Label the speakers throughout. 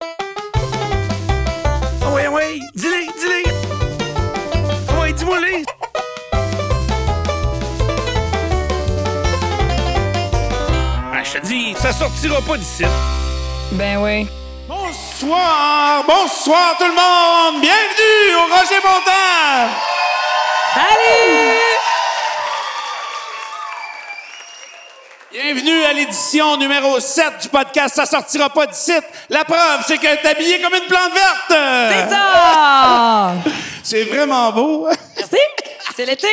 Speaker 1: Ah Hey, dis-les, dis-les. Ah Ouais, dis-moi-les. Ah, je te dis, ça sortira pas d'ici.
Speaker 2: Ben oui.
Speaker 3: Bonsoir, bonsoir tout le monde. Bienvenue au Roger Montant.
Speaker 2: Salut!
Speaker 3: Bienvenue à l'édition numéro 7 du podcast Ça sortira pas d'ici. La preuve, c'est que t'es habillé comme une plante verte.
Speaker 2: C'est ça!
Speaker 3: C'est vraiment beau.
Speaker 2: Merci. C'est l'été.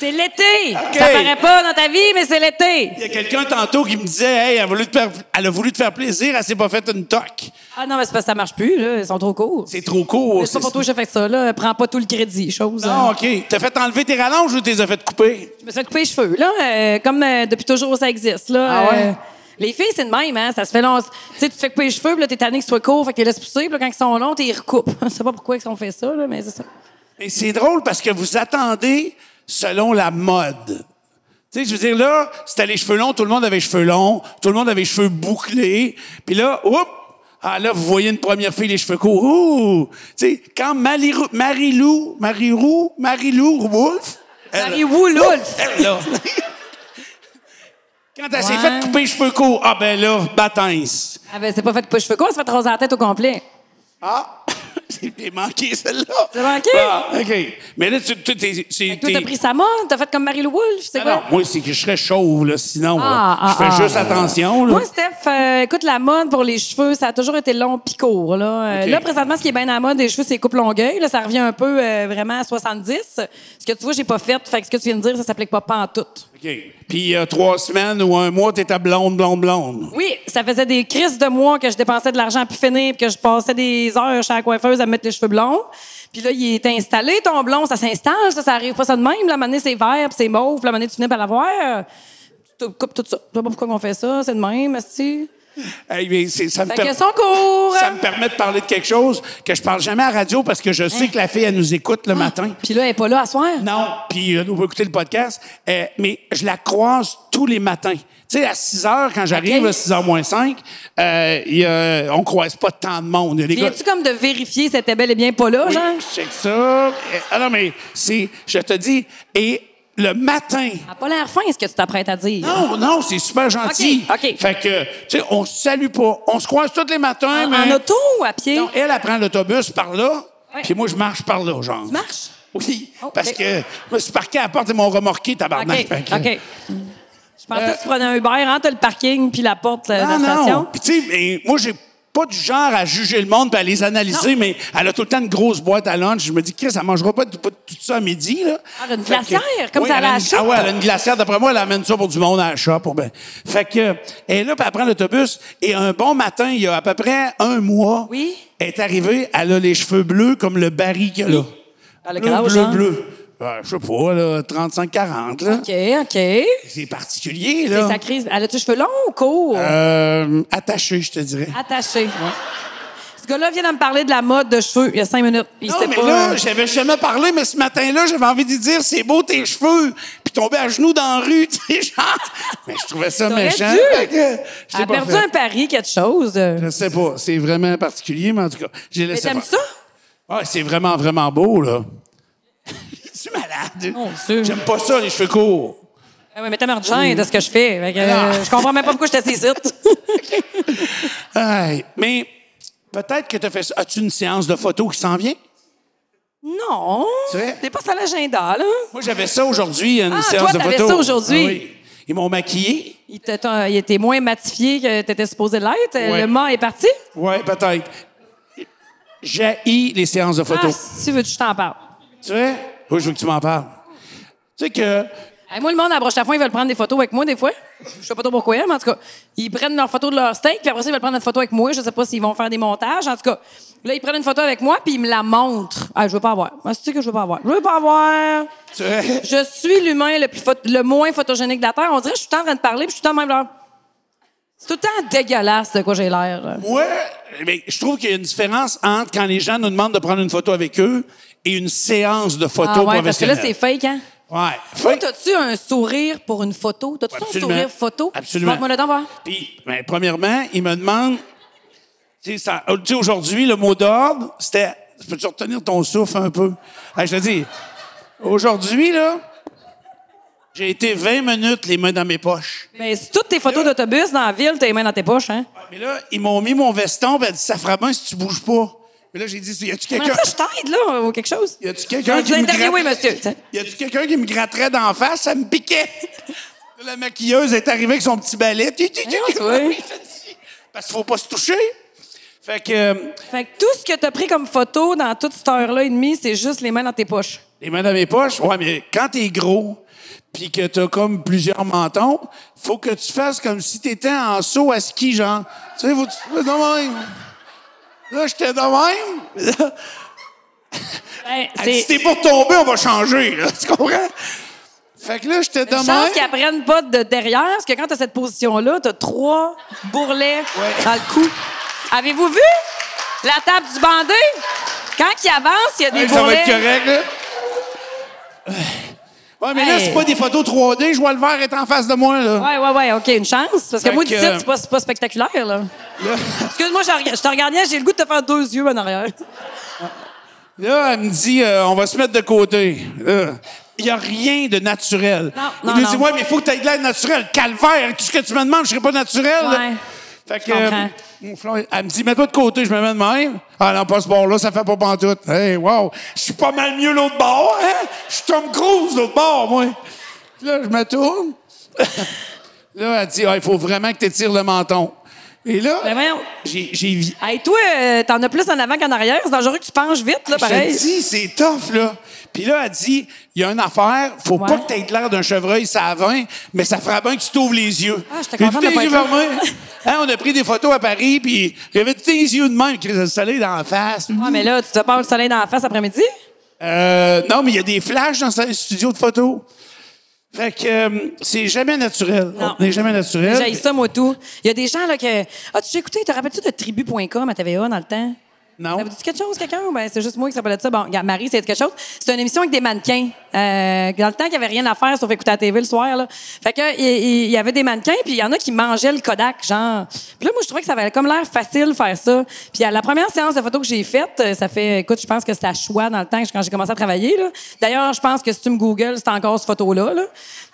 Speaker 2: C'est l'été.
Speaker 3: Hein? OK.
Speaker 2: Ça paraît pas dans ta vie, mais c'est l'été.
Speaker 3: Il y a quelqu'un tantôt qui me disait Hey, elle a voulu te faire, elle a voulu te faire plaisir, elle s'est pas faite une toque.
Speaker 2: Ah non, mais c'est parce que ça marche plus, là. Ils sont trop courts.
Speaker 3: C'est trop court.
Speaker 2: C'est pas pour hein? toi que j'ai fait ça, là. Prends pas tout le crédit, chose.
Speaker 3: Non, OK. T'as fait enlever tes rallonges ou t'es fait couper?
Speaker 2: Je me suis fait couper les cheveux, là. euh, comme euh, depuis toujours, ça existe, là. Euh,
Speaker 3: Ah ouais?
Speaker 2: les filles, c'est de même, hein. Ça se fait long. Tu sais, tu te fais couper les cheveux, puis là, t'es tanné qu'ils soient courts, fait qu'ils laissent pousser, puis là, quand ils sont longs, t'es recoupes. Je sais pas pourquoi ils ont fait ça, là, mais c'est ça.
Speaker 3: Mais c'est drôle parce que vous attendez selon la mode. Tu sais, je veux dire, là, c'était les cheveux longs, tout le monde avait les cheveux longs, tout le monde avait les cheveux bouclés. Puis là, oups! Ah là, vous voyez une première fille, les cheveux courts. Ouh! Tu sais, quand Marie-Lou, Marie-Lou, Marie-Lou, Marie-Lou Wolf, elle,
Speaker 2: Marie-Wou Loulf.
Speaker 3: elle, là, quand elle s'est
Speaker 2: Ouais.
Speaker 3: faite couper les cheveux courts, ah ben là, bâtisse.
Speaker 2: Ah ben, c'est pas fait couper les cheveux courts, ça fait trop la tête au complet.
Speaker 3: Ah! J'ai manqué celle-là.
Speaker 2: T'as manqué?
Speaker 3: Ah, OK. Mais là, tu, tu, t'es- c'est-
Speaker 2: Fait que toi, t'as
Speaker 3: t'es-
Speaker 2: pris sa mode, t'as fait comme Marie-Lou Wolfe, c'est
Speaker 3: Ah
Speaker 2: quoi?
Speaker 3: non, moi, c'est que je serais chauve, là, sinon.
Speaker 2: Ah,
Speaker 3: là.
Speaker 2: ah,
Speaker 3: je fais
Speaker 2: ah.
Speaker 3: juste attention. Là.
Speaker 2: Moi, Steph, euh, écoute, la mode pour les cheveux, ça a toujours été long pis court. Là, Euh,
Speaker 3: OK.
Speaker 2: là présentement, ce qui est bien à la mode des cheveux, c'est les coupes longueuil. Là, ça revient un peu euh, vraiment à 70. Ce que tu vois, j'ai pas fait. Fait que ce que tu viens de dire, ça s'applique pas pas en tout.
Speaker 3: OK. Puis, il y a trois semaines ou un mois, t'étais blonde, blonde, blonde.
Speaker 2: Oui, ça faisait des crises de mois que je dépensais de l'argent à plus finir puis que je passais des heures chez la coiffeuse à me mettre les cheveux blonds. Puis là, il est installé, ton blond, ça s'installe, ça, ça arrive pas ça de même. Là, à un moment donné, c'est vert, puis c'est mauve, puis là, à un moment donné, tu finis par l'avoir. Tu te coupes tout ça. Je sais pas pourquoi on fait ça, c'est de même, esti.
Speaker 3: Hey, mais Eh c'est- ça, me
Speaker 2: Fait
Speaker 3: per-
Speaker 2: que son cours!
Speaker 3: ça me permet de parler de quelque chose que je parle jamais à la radio parce que
Speaker 2: Hein?
Speaker 3: je sais que la fille, elle nous écoute le matin.
Speaker 2: Ah. Puis là, elle est pas là à soir.
Speaker 3: Non, puis euh, on va écouter le podcast. Euh, mais je la croise tous les matins. Tu sais, à 6 heures, quand j'arrive,
Speaker 2: OK.
Speaker 3: à 6 h moins 5, euh, il y a- on croise pas tant de monde. Les gars-
Speaker 2: Viens-tu comme de vérifier si elle était bel et bien pas là,
Speaker 3: Oui,
Speaker 2: genre?
Speaker 3: je check ça. Euh, Ah non, mais c'est, je te dis, et le matin.
Speaker 2: Elle a pas l'air fin, ce que tu t'apprêtes à dire.
Speaker 3: Non, non, c'est super gentil.
Speaker 2: OK, OK.
Speaker 3: Fait que, tu sais, on se salue pas. On se croise tous les matins,
Speaker 2: En,
Speaker 3: mais.
Speaker 2: en auto ou à pied?
Speaker 3: Non, elle, elle prend l'autobus par là,
Speaker 2: Ouais.
Speaker 3: puis moi, je marche par là, genre.
Speaker 2: Tu marches?
Speaker 3: Oui,
Speaker 2: Oh,
Speaker 3: parce
Speaker 2: OK.
Speaker 3: que je me suis parqué à la porte de mon remorqué,
Speaker 2: OK,
Speaker 3: tabarnak. Fait que-
Speaker 2: OK. Je pensais que tu prenais un Uber, hein? T'as le parking puis la porte euh, de
Speaker 3: Ah
Speaker 2: la station.
Speaker 3: non. Puis tu sais, mais moi, j'ai pas du genre à juger le monde puis à les analyser, mais elle a tout le temps une grosse boîte à lunch. Je me dis, Chris, elle mangera pas tout, pas tout ça à midi, là.
Speaker 2: Ah, elle a une
Speaker 3: Fait que-
Speaker 2: glacière, comme
Speaker 3: Oui,
Speaker 2: ça, à
Speaker 3: elle a
Speaker 2: la
Speaker 3: une-
Speaker 2: shop.
Speaker 3: Ah ouais, elle a une glacière. D'après moi, elle amène ça pour du monde à la shop. Pour ben. Fait que, elle est là, puis elle prend l'autobus. Et un bon matin, il y a à peu près un mois,
Speaker 2: Oui.
Speaker 3: elle est arrivée, elle a les cheveux bleus comme le baril qu'elle a.
Speaker 2: Elle a
Speaker 3: bleu,
Speaker 2: quel âge,
Speaker 3: bleu,
Speaker 2: hein?
Speaker 3: bleu. Ben, je sais pas, là, 35-40, là.
Speaker 2: OK, OK.
Speaker 3: C'est particulier,
Speaker 2: C'est
Speaker 3: là.
Speaker 2: sa crise. Elle a-tu les cheveux longs ou courts?
Speaker 3: Euh, attaché, je te dirais.
Speaker 2: Attachés. Ce gars-là vient de me parler de la mode de cheveux il y a cinq minutes. Il
Speaker 3: Non,
Speaker 2: sait
Speaker 3: mais
Speaker 2: pas. euh,
Speaker 3: là, j'avais jamais parlé, mais ce matin-là, j'avais envie de dire c'est beau tes cheveux, puis tomber à genoux dans la rue, tu sais, genre. Mais je trouvais ça
Speaker 2: T'aurais
Speaker 3: méchant.
Speaker 2: dû.
Speaker 3: fait que je
Speaker 2: elle
Speaker 3: l'ai
Speaker 2: a
Speaker 3: pas
Speaker 2: perdu
Speaker 3: fait.
Speaker 2: un pari, quelque chose.
Speaker 3: Je
Speaker 2: Mais
Speaker 3: sais pas, c'est vraiment particulier, mais en tout cas, j'ai laissé.
Speaker 2: t'aimes ça?
Speaker 3: faire. Ouais, c'est vraiment, vraiment beau, là. Je suis malade.
Speaker 2: Mon Dieu.
Speaker 3: J'aime pas ça, les cheveux courts.
Speaker 2: Ah oui, mais t'as margin de ce que je fais. Fait que, euh,
Speaker 3: Ah.
Speaker 2: je comprends même pas pourquoi je t'ai ici.
Speaker 3: Aïe, mais peut-être que tu fait ça. As-tu une séance de photos qui s'en vient?
Speaker 2: Non.
Speaker 3: C'est vrai?
Speaker 2: T'es pas à l'agenda, là.
Speaker 3: Moi, j'avais ça aujourd'hui, une
Speaker 2: Ah,
Speaker 3: séance
Speaker 2: toi,
Speaker 3: de
Speaker 2: t'avais
Speaker 3: photos.
Speaker 2: ça aujourd'hui.
Speaker 3: Ah oui. Ils m'ont maquillé.
Speaker 2: Il était, il était moins matifié que t'étais supposé l'être. Euh,
Speaker 3: Ouais.
Speaker 2: Le mât est parti.
Speaker 3: Ouais, peut-être. J'haïs les séances de
Speaker 2: Ah,
Speaker 3: photos.
Speaker 2: si tu veux, je t'en parle.
Speaker 3: Tu vois? Oui, je veux que tu m'en parles. Tu sais que.
Speaker 2: Hey, moi, le monde à broche à foin, ils veulent prendre des photos avec moi, des fois. Je sais pas trop pourquoi, mais en tout cas, ils prennent leurs photos de leur steak, puis après ça, ils veulent prendre notre photo avec moi. Je sais pas s'ils vont faire des montages. En tout cas, là, ils prennent une photo avec moi, puis ils me la montrent. Ah, je veux pas avoir. Moi, c'est que je veux pas avoir. Je veux pas avoir.
Speaker 3: Tu vois?
Speaker 2: Je suis l'humain le, plus phot- le moins photogénique de la Terre. On dirait que je suis tout le temps en train de parler, puis je suis tout le temps même là. C'est tout le temps dégueulasse de quoi j'ai l'air. là.
Speaker 3: Ouais, mais je trouve qu'il y a une différence entre quand les gens nous demandent de prendre une photo avec eux et une séance de photos
Speaker 2: Ah ouais, parce que là,
Speaker 3: professionnelle.
Speaker 2: c'est fake, hein?
Speaker 3: Ouais.
Speaker 2: Toi,
Speaker 3: Fait-
Speaker 2: t'as-tu un sourire pour une photo? T'as-tu un
Speaker 3: Absolument.
Speaker 2: sourire photo?
Speaker 3: Absolument.
Speaker 2: Montre-moi le dent, voir.
Speaker 3: Puis, ben, premièrement, ils me demandent Tu sais, ça- tu sais, aujourd'hui, le mot d'ordre, c'était. Peux-tu retenir ton souffle un peu? Hey, je te dis, aujourd'hui, là, j'ai été 20 minutes les mains dans mes poches.
Speaker 2: Mais c'est toutes tes photos d'autobus dans la ville, t'as les mains dans tes poches, hein?
Speaker 3: Ah, Mais là, ils m'ont mis mon veston, ben, elle dit, ça fera bien si tu bouges pas. Mais là, j'ai dit, y a-tu
Speaker 2: Mais
Speaker 3: quelqu'un.
Speaker 2: ça, je t'aide, là, ou quelque chose.
Speaker 3: Y a-tu quelqu'un qui
Speaker 2: Vous
Speaker 3: me
Speaker 2: interviewez,
Speaker 3: gratte-
Speaker 2: monsieur. t'sais.
Speaker 3: Y a-tu quelqu'un qui me gratterait d'en face? Ça me piquait. La maquilleuse est arrivée avec son petit balai. Tu- tu- tu-
Speaker 2: Voyons, toi.
Speaker 3: Parce qu'il faut pas se toucher. Fait que euh,
Speaker 2: Fait que tout ce que t'as pris comme photo dans toute cette heure-là et demie, c'est juste les mains dans tes poches.
Speaker 3: les mains dans mes poches, ouais, mais quand t'es gros puis que t'as comme plusieurs mentons, faut que tu fasses comme si t'étais en saut à ski, genre. Tu sais, faut que tu fasses de même. Là, j'étais de même.
Speaker 2: Ben,
Speaker 3: Elle dit, Si
Speaker 2: c'est
Speaker 3: t'es pour tomber, on va changer, là. Tu comprends? Fait que là, j'étais de
Speaker 2: une chance qu'ils
Speaker 3: même.
Speaker 2: apprennent pas de derrière, parce que quand t'as cette position-là, t'as trois bourrelets
Speaker 3: Ouais.
Speaker 2: dans le cou. Avez-vous vu la table du bandé? Quand il avance, il y a des
Speaker 3: Hey, ça va
Speaker 2: bourrelets.
Speaker 3: être correct, là. Ouais, mais là,
Speaker 2: Hey.
Speaker 3: c'est pas des photos 3D. Je vois le verre être en face de moi, là.
Speaker 2: Ouais, ouais, ouais, OK, une chance. Parce que
Speaker 3: Fait
Speaker 2: moi,
Speaker 3: que-
Speaker 2: d'ici, c'est pas, c'est pas spectaculaire, là.
Speaker 3: Là,
Speaker 2: Excuse-moi, je, reg- je te regardais, j'ai le goût de te faire deux yeux en arrière.
Speaker 3: là, elle me dit, euh, on va se mettre de côté. Là, Il n'y a rien de naturel.
Speaker 2: Non,
Speaker 3: Il
Speaker 2: non,
Speaker 3: nous
Speaker 2: non.
Speaker 3: dit, ouais, mais il faut que tu aies de l'air naturel. Calvaire, tout ce que tu me demandes, je serais pas naturel.
Speaker 2: Ouais.
Speaker 3: Fait que, euh,
Speaker 2: Je comprends.
Speaker 3: mon frère, elle me dit, mets-toi de côté, je me mets de même. Ah non, pas ce bord-là, ça fait pas pantoute. Hey, wow, je suis pas mal mieux l'autre bord, hein? Je suis Tom Cruise l'autre bord, moi. Là, je me tourne. là, elle dit, ah, il faut vraiment que tu étires le menton. Et là,
Speaker 2: Ben voyons.
Speaker 3: j'ai j'ai vi-
Speaker 2: Hey, toi, euh, t'en as plus en avant qu'en arrière. C'est dangereux que tu penches vite, là, pareil.
Speaker 3: Je te dis, c'est tough, là. Puis là, elle dit, il y a une affaire, faut pas
Speaker 2: Ouais.
Speaker 3: que t'aies de l'air d'un chevreuil savin, mais ça fera bien que tu t'ouvres les yeux.
Speaker 2: Ah, j'étais
Speaker 3: J'ai
Speaker 2: contente
Speaker 3: tous
Speaker 2: de
Speaker 3: les
Speaker 2: pas
Speaker 3: yeux
Speaker 2: être là.
Speaker 3: fermés. Hein, on a pris des photos à Paris, puis il y avait tous les yeux de même, qui le soleil dans la face.
Speaker 2: Ouais, mais là, tu te parles le soleil dans la face après-midi?
Speaker 3: Euh, non, mais il y a des flashs dans ce studio de photos. Fait que euh, c'est jamais naturel.
Speaker 2: Non.
Speaker 3: On n'est jamais naturel.
Speaker 2: J'ai ça, moi, tout. Il y a des gens, là, que. As-tu écouté, te rappelles-tu de tribu.com à TVA dans le temps?
Speaker 3: Non.
Speaker 2: Ça vous dit quelque chose, quelqu'un? Ben, c'est juste moi qui s'appelait de ça. Bon, regarde, Marie, c'est quelque chose. C'est une émission avec des mannequins. Euh, dans le temps qu'il n'y avait rien à faire sauf écouter la TV le soir, là. Fait que, il- il il y, avait des mannequins, puis il y en a qui mangeaient le Kodak, genre. Puis là, moi, je trouvais que ça avait comme l'air facile faire ça. Puis à la première séance de photo que j'ai faite, euh, ça fait, écoute, je pense que c'était à choix dans le temps quand j'ai commencé à travailler, là. D'ailleurs, je pense que si tu me googles, c'est encore cette photo-là, là.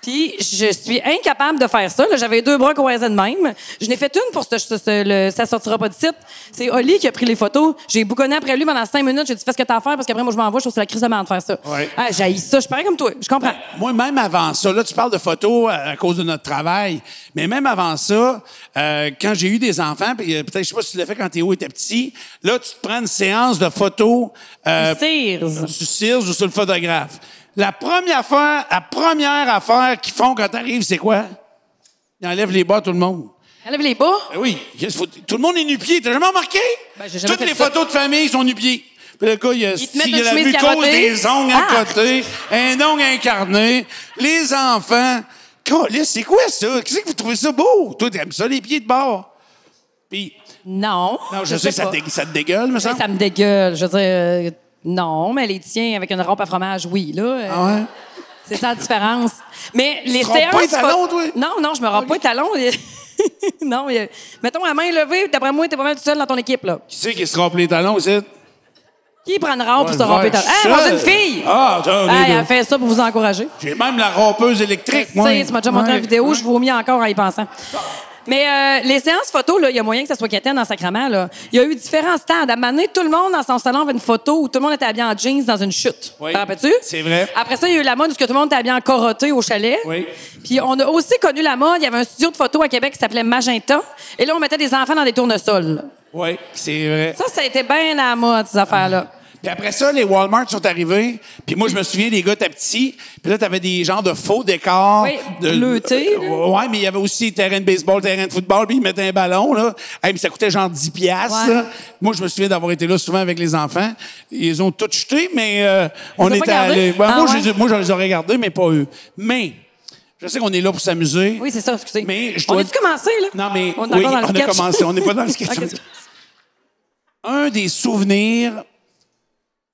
Speaker 2: Puis je suis incapable de faire ça, là. J'avais deux bras croisés de même. Je n'ai fait une pour ce, ce- ce- le- ça sortira pas de site. C'est Oli qui a pris les photos. J'ai bouconné après lui pendant cinq minutes. J'ai dit, fais ce que t'as à faire parce qu'après, moi, je m'en vais. Je trouve que c'est la crise de merde de faire ça.
Speaker 3: Ouais.
Speaker 2: Ah, j'haïs ça. Je suis pareil comme toi. Je comprends.
Speaker 3: Moi, même avant ça, là, tu parles de photos euh, à, à cause de notre travail, mais même avant ça, euh, quand j'ai eu des enfants, puis euh, peut-être, je sais pas si tu l'as fait quand Théo était petit, là, tu te prends une séance de photos euh,
Speaker 2: Cires.
Speaker 3: sur Sears ou sur le photographe. La première affaire, la première affaire qu'ils font quand t'arrives, c'est quoi? Ils enlèvent les bas à tout le monde.
Speaker 2: Enlève les bas.
Speaker 3: Ben oui, qu'est-ce qu'il faut- tout le monde est nu-pied. T'as jamais remarqué?
Speaker 2: Ben, j'ai jamais
Speaker 3: Toutes
Speaker 2: fait
Speaker 3: les
Speaker 2: ça.
Speaker 3: photos de famille sont nu-pieds. Puis le gars, il y a,
Speaker 2: Ils te mettent
Speaker 3: s'il y a
Speaker 2: une
Speaker 3: la
Speaker 2: chemise
Speaker 3: mucose
Speaker 2: carottée.
Speaker 3: des ongles à
Speaker 2: Ah!
Speaker 3: côté, un ongle incarné, les enfants. Câlisse, c'est quoi ça? Qu'est-ce que vous trouvez ça beau? Toi, t'aimes ça, les pieds de bord? Puis,
Speaker 2: Non.
Speaker 3: non, je, sais, que ça,
Speaker 2: pas.
Speaker 3: te dé- ça te dégueule, me semble.
Speaker 2: Ça me dégueule. Je veux dire, euh, non, mais les tiens avec une rampe à fromage, oui, là. euh,
Speaker 3: Ah ouais?
Speaker 2: C'est ça la différence. Mais les
Speaker 3: trompes pas les
Speaker 2: séances-
Speaker 3: talons, toi?
Speaker 2: Non, non, je me rends pas les talons. non, il y a- mettons la main levée, d'après moi, t'es pas mal tout seul dans ton équipe, là.
Speaker 3: Qui c'est qui se rampe les talons ici?
Speaker 2: Qui prend une rampe pour se
Speaker 3: Ouais,
Speaker 2: ramper les
Speaker 3: je
Speaker 2: talons? Hey,
Speaker 3: suis
Speaker 2: moi,
Speaker 3: seul.
Speaker 2: c'est une fille!
Speaker 3: Ah, t'as
Speaker 2: Hey,
Speaker 3: les deux.
Speaker 2: elle fait ça pour vous encourager.
Speaker 3: J'ai même la rompeuse électrique, moi.
Speaker 2: sais, tu m'as déjà montré
Speaker 3: Ouais.
Speaker 2: une vidéo, je vomis encore en y pensant. Mais euh, les séances photos, là, il y a moyen que ça soit quétaine en sacrament. Là. Il y a eu différents stades. À un moment donné, tout le monde dans son salon avait une photo où tout le monde était habillé en jeans dans une chute.
Speaker 3: Oui.
Speaker 2: T'en rappelles-tu?
Speaker 3: C'est vrai.
Speaker 2: Après ça, il y a eu la mode où tout le monde était habillé en coroté au chalet.
Speaker 3: Oui.
Speaker 2: Puis on a aussi connu la mode. Il y avait un studio de photos à Québec qui s'appelait Magenta. Et là, on mettait des enfants dans des tournesols.
Speaker 3: Oui, c'est vrai.
Speaker 2: Ça, ça a été bien la mode, ces affaires-là.
Speaker 3: Puis après ça, les Walmart sont arrivés. Puis moi, je me souviens des gars t'as petits. Puis là, t'avais des genres de faux décors.
Speaker 2: Oui,
Speaker 3: de,
Speaker 2: bleutés, là.
Speaker 3: Euh, ouais, mais il y avait aussi terrain de baseball, terrain de football. Puis ils mettaient un ballon, là. Hey, mais ça coûtait genre 10 piastres,
Speaker 2: Ouais.
Speaker 3: là. Moi, je me souviens d'avoir été là souvent avec les enfants. Ils ont tout jeté, mais euh, on
Speaker 2: ont pas
Speaker 3: était
Speaker 2: gardé?
Speaker 3: allés. Ouais,
Speaker 2: Ah,
Speaker 3: moi,
Speaker 2: ouais.
Speaker 3: je, les ai- moi, je les aurais gardés, mais pas eux. Mais je sais qu'on est là pour s'amuser.
Speaker 2: Oui, c'est ça, excusez.
Speaker 3: Mais je
Speaker 2: on
Speaker 3: dois-
Speaker 2: a-tu commencé, là?
Speaker 3: Non, mais
Speaker 2: on est
Speaker 3: oui,
Speaker 2: encore dans le
Speaker 3: on
Speaker 2: sketch.
Speaker 3: a commencé. On n'est pas dans le sketch.
Speaker 2: Ok, c'est-
Speaker 3: un des souvenirs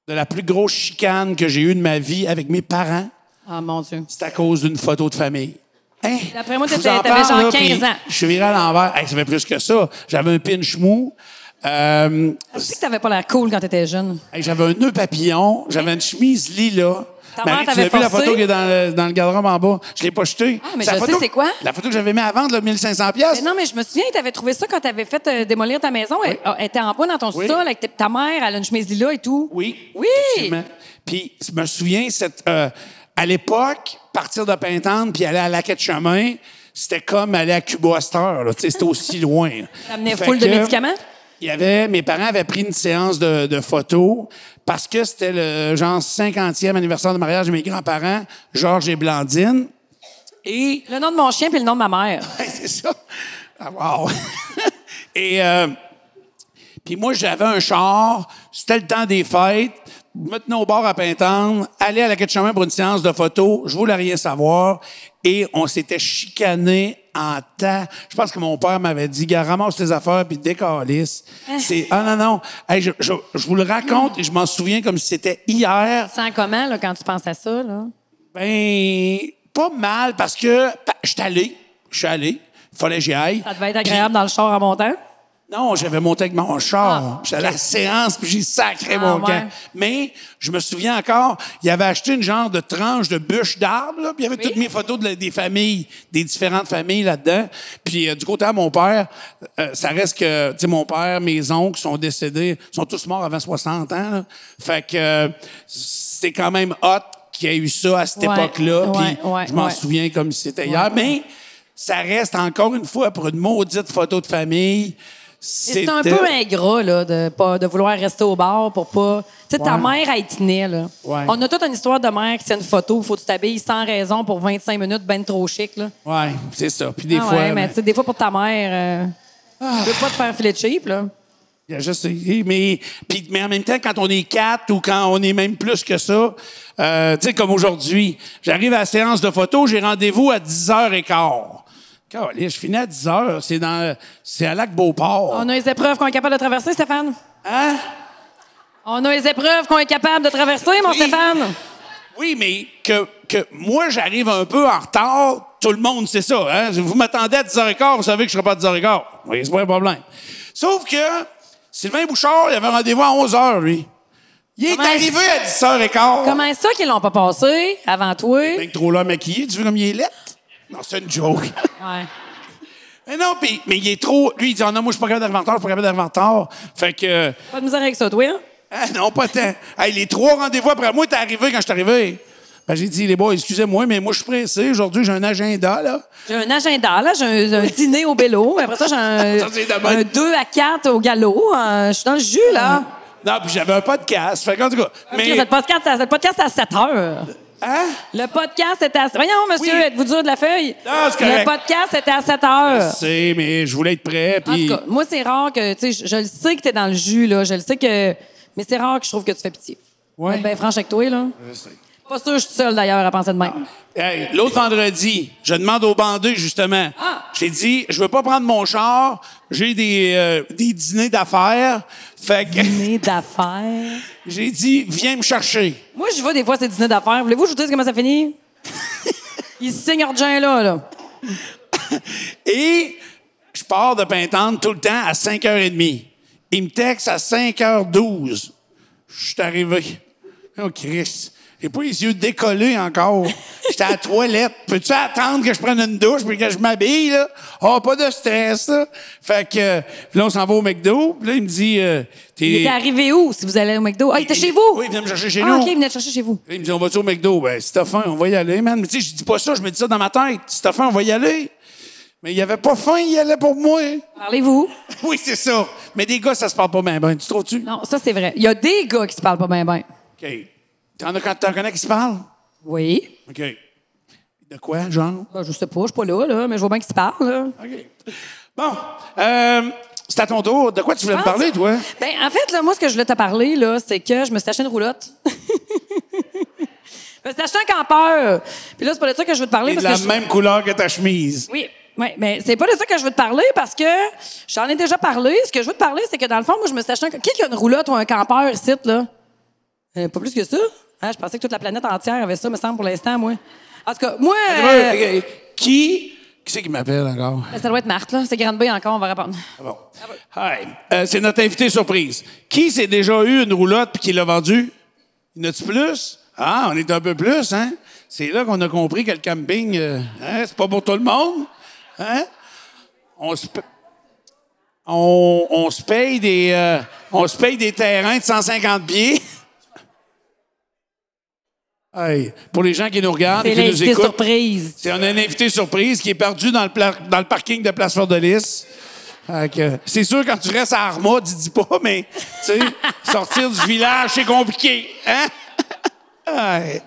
Speaker 3: de la plus grosse chicane que j'ai eue de ma vie avec mes parents,
Speaker 2: Ah, mon Dieu.
Speaker 3: c'est à cause d'une photo de famille. Hein?
Speaker 2: D'après moi,
Speaker 3: Je vous
Speaker 2: t'étais-
Speaker 3: en
Speaker 2: t'avais
Speaker 3: parle,
Speaker 2: genre
Speaker 3: là,
Speaker 2: 15
Speaker 3: puis
Speaker 2: ans.
Speaker 3: Je suis viré à l'envers. Hey, ça fait plus que ça. J'avais un pinch mou. Euh,
Speaker 2: Je sais que t'avais pas l'air cool quand t'étais jeune.
Speaker 3: hey, j'avais un nœud papillon, j'avais une chemise lilas.
Speaker 2: Ta
Speaker 3: Marie,
Speaker 2: mère
Speaker 3: tu
Speaker 2: t'avait
Speaker 3: l'as vu la
Speaker 2: forcé?
Speaker 3: photo qui est dans le, dans le garde-robe en bas. Je l'ai pas jetée.
Speaker 2: Ah, mais
Speaker 3: la
Speaker 2: je sais
Speaker 3: photo-
Speaker 2: c'est quoi.
Speaker 3: La photo que j'avais mis à vendre, là, 1500 pièces.
Speaker 2: Mais Ben non, mais je me souviens, t'avais trouvé ça quand t'avais fait euh, démolir ta maison. Elle, elle était en bas dans ton
Speaker 3: Oui.
Speaker 2: sol avec ta- ta mère, elle a une chemise lila et tout.
Speaker 3: Oui.
Speaker 2: Oui.
Speaker 3: effectivement. Puis, je me souviens, cette, euh, à l'époque, partir de Pintante puis aller à la quête chemin, c'était comme aller à Cuba à cette heure, là. Tu sais, C'était aussi loin.
Speaker 2: Ça amenait
Speaker 3: Fait
Speaker 2: full de
Speaker 3: que,
Speaker 2: médicaments?
Speaker 3: Il y avait, mes parents avaient pris une séance de, de photos parce que c'était le genre 50e anniversaire de mariage de mes grands-parents, Georges et Blandine. Et
Speaker 2: Le nom de mon chien puis le nom de ma mère.
Speaker 3: Ouais, c'est ça. Ah, wow. Et euh, puis moi, j'avais un char. C'était le temps des fêtes. Je Me tenais au bar à Pintendre, aller à la quête chemin pour une séance de photos. Je voulais rien savoir. Et on s'était chicané en temps. Je pense que mon père m'avait dit, gars, ramasse tes affaires puis décalisse. C'est, ah non, non. Hey, je, je- je vous le raconte et je m'en souviens comme si c'était hier.
Speaker 2: Sans comment, là, quand tu penses à ça, là?
Speaker 3: Ben, pas mal parce que pa- je suis allé. Je suis allé. Fallait que j'y aille.
Speaker 2: Ça devait être agréable dans le char en montant.
Speaker 3: Non, j'avais monté avec mon char.
Speaker 2: Ah,
Speaker 3: J'étais à la séance, puis j'ai sacré
Speaker 2: Ah,
Speaker 3: mon
Speaker 2: ouais.
Speaker 3: camp. Mais je me souviens encore, il avait acheté une genre de tranche de bûche d'arbre, là, puis il y avait toutes mes photos de la- des familles, des différentes familles là-dedans. Puis euh, du côté à mon père, euh, ça reste que, tu sais, mon père, mes oncles sont décédés, sont tous morts avant 60 ans. là. Fait que euh, c'est quand même hot qu'il y ait eu ça à cette
Speaker 2: Ouais,
Speaker 3: époque-là.
Speaker 2: ouais,
Speaker 3: puis
Speaker 2: ouais,
Speaker 3: je m'en
Speaker 2: ouais.
Speaker 3: souviens comme si c'était hier. Mais ça reste encore une fois pour une maudite photo de famille.
Speaker 2: C'est un peu ingrat, là, de, pas, de vouloir rester au bar pour pas. Tu sais, ta
Speaker 3: Ouais.
Speaker 2: mère, elle tenait, là.
Speaker 3: Ouais.
Speaker 2: On a toute une histoire de mère qui tient une photo, faut que tu t'habilles sans raison pour 25 minutes, ben trop chic, là.
Speaker 3: Ouais, c'est ça. Puis des
Speaker 2: Ah
Speaker 3: fois, Ah.
Speaker 2: ouais, mais
Speaker 3: ben,
Speaker 2: tu sais, des fois pour ta mère, euh, tu veux pas te faire filer de cheap, là.
Speaker 3: il y a juste- eh, mais, puis- mais en même temps, quand on est quatre ou quand on est même plus que ça, euh, tu sais, comme aujourd'hui, j'arrive à la séance de photo, j'ai rendez-vous à 10h15. Calais, je finis à 10h. C'est dans, c'est à Lac-Beauport.
Speaker 2: On a les épreuves qu'on est capable de traverser, Stéphane.
Speaker 3: Hein?
Speaker 2: On a les épreuves qu'on est capable de traverser, mon
Speaker 3: Oui.
Speaker 2: Stéphane.
Speaker 3: Oui, mais que, que moi, j'arrive un peu en retard, tout le monde sait ça. Hein? Vous m'attendez à 10h15, vous savez que je ne serai pas à 10h15. Oui, c'est pas un problème. Sauf que Sylvain Bouchard, il avait rendez-vous à 11h, lui. Il est
Speaker 2: Comment
Speaker 3: arrivé à 10h15.
Speaker 2: Comment ça qu'ils l'ont pas passé avant toi?
Speaker 3: Ben, trop là maquillé, tu veux comme il est laid? Non, c'est une joke.
Speaker 2: Ouais.
Speaker 3: mais non, pis, mais il est trop. Lui, il dit, Ah non, moi, je suis pas capable d'arriver en retard, je suis pas capable d'arriver en retard. Fait que,
Speaker 2: Pas de misère avec ça, toi, hein?
Speaker 3: ah non, pas tant. Hey, les trois rendez-vous après moi, t'es arrivé quand je suis arrivé. Ben, j'ai dit, les boys, excusez-moi, mais moi, je suis pressé. Aujourd'hui, j'ai un agenda, là.
Speaker 2: J'ai un agenda, là. J'ai un, un dîner au vélo. Après ça, j'ai un,
Speaker 3: Ça, c'est demain.
Speaker 2: un 2 à 4 au galop. Euh, je suis dans le jus, là.
Speaker 3: Non, puis j'avais un podcast. Fait qu'en tout cas.
Speaker 2: Mais...
Speaker 3: Ah. Mais.
Speaker 2: le podcast, c'est le podcast à 7 heures.
Speaker 3: Hein?
Speaker 2: Le podcast était à... Voyons, monsieur,
Speaker 3: Oui.
Speaker 2: êtes-vous dur de la feuille?
Speaker 3: Non, c'est
Speaker 2: le
Speaker 3: correct.
Speaker 2: podcast était à 7 heures.
Speaker 3: C'est, mais je voulais être prêt,
Speaker 2: Euh. En
Speaker 3: puis.
Speaker 2: tout cas, moi, c'est rare que... Tu sais, je, je le sais que t'es dans le jus, là. Je le sais que... Mais c'est rare que je trouve que tu fais pitié.
Speaker 3: Ouais.
Speaker 2: Ben, franche avec toi, là. Pas sûr, je suis seule, d'ailleurs, à penser de même.
Speaker 3: Hey, L'autre vendredi, je demande aux bandeux, justement.
Speaker 2: Ah.
Speaker 3: J'ai dit, je veux pas prendre mon char, j'ai des, euh, des dîners d'affaires. Fait que
Speaker 2: Dîner d'affaires.
Speaker 3: j'ai dit, viens me chercher.
Speaker 2: Moi, je vais des fois à ces dîners d'affaires. Voulez-vous que je vous dise comment ça finit? Ils signent Argent, là, là.
Speaker 3: Et je pars de Pintante tout le temps à 5h30. Il me texte à 5h12. Je suis arrivé. Oh, Chris. J'ai pas les yeux décollés encore. J'étais à la toilette. Peux-tu attendre que je prenne une douche puis que je m'habille, là? Oh, pas de stress, là. Fait que, euh, puis là, on s'en va au McDo. Puis là, il me dit, euh,
Speaker 2: Il était
Speaker 3: t'es.
Speaker 2: arrivé où, si vous allez au McDo? Ah, il était
Speaker 3: Il-
Speaker 2: chez vous?
Speaker 3: Oui, il venait me chercher chez
Speaker 2: ah,
Speaker 3: nous.
Speaker 2: OK, il venait te chercher chez vous.
Speaker 3: Là, Il me dit, on va-tu au McDo? Ben, si t'as faim, on va y aller, man. Mais tu sais, je dis pas ça, je me dis ça dans ma tête. Si t'as faim, on va y aller. Mais il avait pas faim, il y allait pour moi.
Speaker 2: Parlez-vous?
Speaker 3: Oui, c'est ça. Mais des gars, ça se parle pas bien, ben. Tu trouves-tu?
Speaker 2: Non, ça, c'est vrai. Il y a des gars qui se parlent pas bien, bien.
Speaker 3: OK. T'en as, t'en connais qui se parlent?
Speaker 2: Oui.
Speaker 3: OK. De quoi, genre?
Speaker 2: Ben, je sais pas, je suis pas là, là, mais je vois bien qu'ils se parlent, là.
Speaker 3: OK. Bon. Euh, c'est à ton tour. De quoi tu voulais me parler, toi?
Speaker 2: Ben, en fait, là, moi, ce que je voulais te parler, là, c'est que je me suis acheté une roulotte. je me suis acheté un campeur. Puis là, c'est pas de ça que je veux te parler.
Speaker 3: Et de
Speaker 2: parce
Speaker 3: la
Speaker 2: que je-
Speaker 3: même couleur que ta chemise.
Speaker 2: Oui. Oui, mais c'est pas de ça que je veux te parler parce que j'en ai déjà parlé. Ce que je veux te parler, c'est que dans le fond, moi, je me suis acheté un. Qui qui a une roulotte ou un campeur ici, là? Euh, pas plus que ça. Hein, je pensais que toute la planète entière avait ça, me semble, pour l'instant, moi. En tout cas, moi. euh,
Speaker 3: OK. Qui, Qui c'est qui m'appelle encore?
Speaker 2: Mais Ça doit être Marthe, là. C'est Grande B encore, on va répondre.
Speaker 3: Ah Bon. Hi. Euh, c'est notre invité surprise. Qui s'est déjà eu une roulotte puis qui l'a vendue? Y en a-tu plus? Ah, on est un peu plus, hein? C'est là qu'on a compris que le camping, euh, hein, c'est pas pour tout le monde. Hein? On se pa- on, on se paye des euh, on se paye des terrains de 150 pieds. Hey, pour les gens qui nous regardent et
Speaker 2: C'est
Speaker 3: qui nous
Speaker 2: l'invité
Speaker 3: écoutent,
Speaker 2: surprise.
Speaker 3: c'est un invité surprise qui est perdu dans le, pla- dans le parking de Place Fordelis. Fait que, C'est sûr, quand tu restes à Arma, tu dis pas, mais tu sais, sortir du village, c'est compliqué. Hein? Ouais.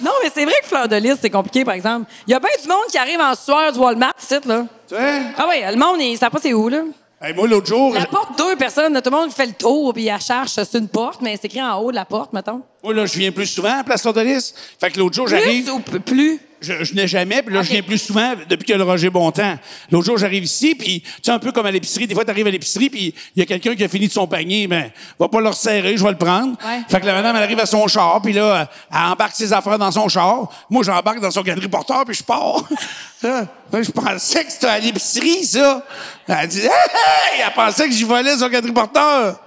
Speaker 2: Non, mais c'est vrai que Fleur de Lys, c'est compliqué, par exemple. Il y a bien du monde qui arrive en sueur du Walmart, c'est là.
Speaker 3: Tu sais?
Speaker 2: Ah oui, le monde, il sait pas c'est où, là.
Speaker 3: Hey, moi, l'autre jour,
Speaker 2: La porte, deux personnes, tout le monde fait le tour, puis elle cherche sur une porte, mais c'est écrit en haut de la porte, mettons.
Speaker 3: moi, là, je viens plus souvent à Place Fordelis. Fait que l'autre jour,
Speaker 2: Plus
Speaker 3: j'arrive.
Speaker 2: ou p- plus?
Speaker 3: Je, je n'ai jamais, puis là, je
Speaker 2: Ok.
Speaker 3: viens plus souvent depuis que le Roger Bontemps. L'autre jour, j'arrive ici, puis tu sais, un peu comme à l'épicerie. Des fois, tu arrives à l'épicerie, puis il y a quelqu'un qui a fini de son panier, ben, va pas le resserrer, je vais le prendre.
Speaker 2: Ouais.
Speaker 3: Fait que la madame, elle arrive à son char, puis là, elle embarque ses affaires dans son char. Moi, j'embarque dans son quadriporteur, puis je pars. Là, je pensais que c'était à l'épicerie, ça. Elle dit, hey, hey! elle pensait que j'y volais son quadriporteur.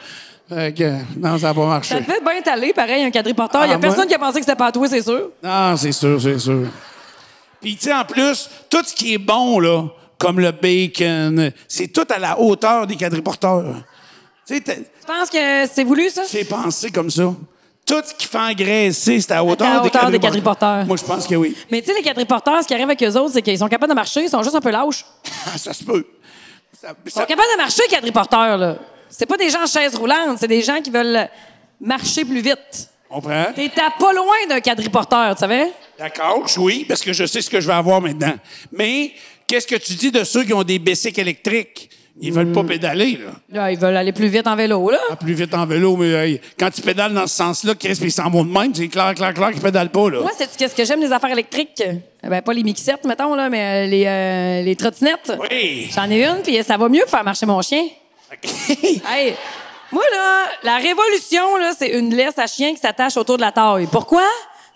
Speaker 3: Fait que, non, ça n'a pas marché.
Speaker 2: Ça devait bien t'aller, pareil, un quadriporteur. Il y
Speaker 3: Ah,
Speaker 2: a personne
Speaker 3: moi?
Speaker 2: qui a pensé que c'était pas à toi, c'est sûr.
Speaker 3: Non, Ah, c'est sûr, c'est sûr. Puis, tu sais, en plus, tout ce qui est bon, là, comme le bacon, c'est tout à la hauteur des quadriporteurs. Tu sais, t'as-
Speaker 2: Tu penses que c'est voulu, ça?
Speaker 3: c'est pensé comme ça. Tout ce qui fait engraisser, c'est à la hauteur,
Speaker 2: la hauteur des quadriporteurs.
Speaker 3: Moi, je pense que oui.
Speaker 2: Mais tu sais, les quadriporteurs, ce qui arrive avec eux autres, c'est qu'ils sont capables de marcher, ils sont juste un peu lâches.
Speaker 3: Ah, ça se peut. Ça-
Speaker 2: Ils sont
Speaker 3: ça-
Speaker 2: capables de marcher, les quadriporteurs, là. C'est pas des gens en chaise roulante, c'est des gens qui veulent marcher plus vite.
Speaker 3: on prend.
Speaker 2: T'es à pas loin d'un quadriporteur, tu savais?
Speaker 3: D'accord, oui, parce que je sais ce que je vais avoir maintenant. Mais qu'est-ce que tu dis de ceux qui ont des bicycles électriques? Ils veulent
Speaker 2: Hmm.
Speaker 3: pas pédaler, là.
Speaker 2: Là, ils veulent aller plus vite en vélo, là.
Speaker 3: Ah, plus vite en vélo, mais hey, quand tu pédales dans ce sens-là, Chris, puis ils s'en vont de même, c'est clair, clair, clair qu'ils pédalent pas, là.
Speaker 2: Moi, c'est ce que j'aime les affaires électriques. Eh Ben, pas les mixettes, mettons, là, mais euh, les, euh, les trottinettes.
Speaker 3: Oui!
Speaker 2: J'en ai une, puis ça va mieux que faire marcher mon chien. Hey, moi, là, la révolution, là, c'est une laisse à chien qui s'attache autour de la taille. Pourquoi?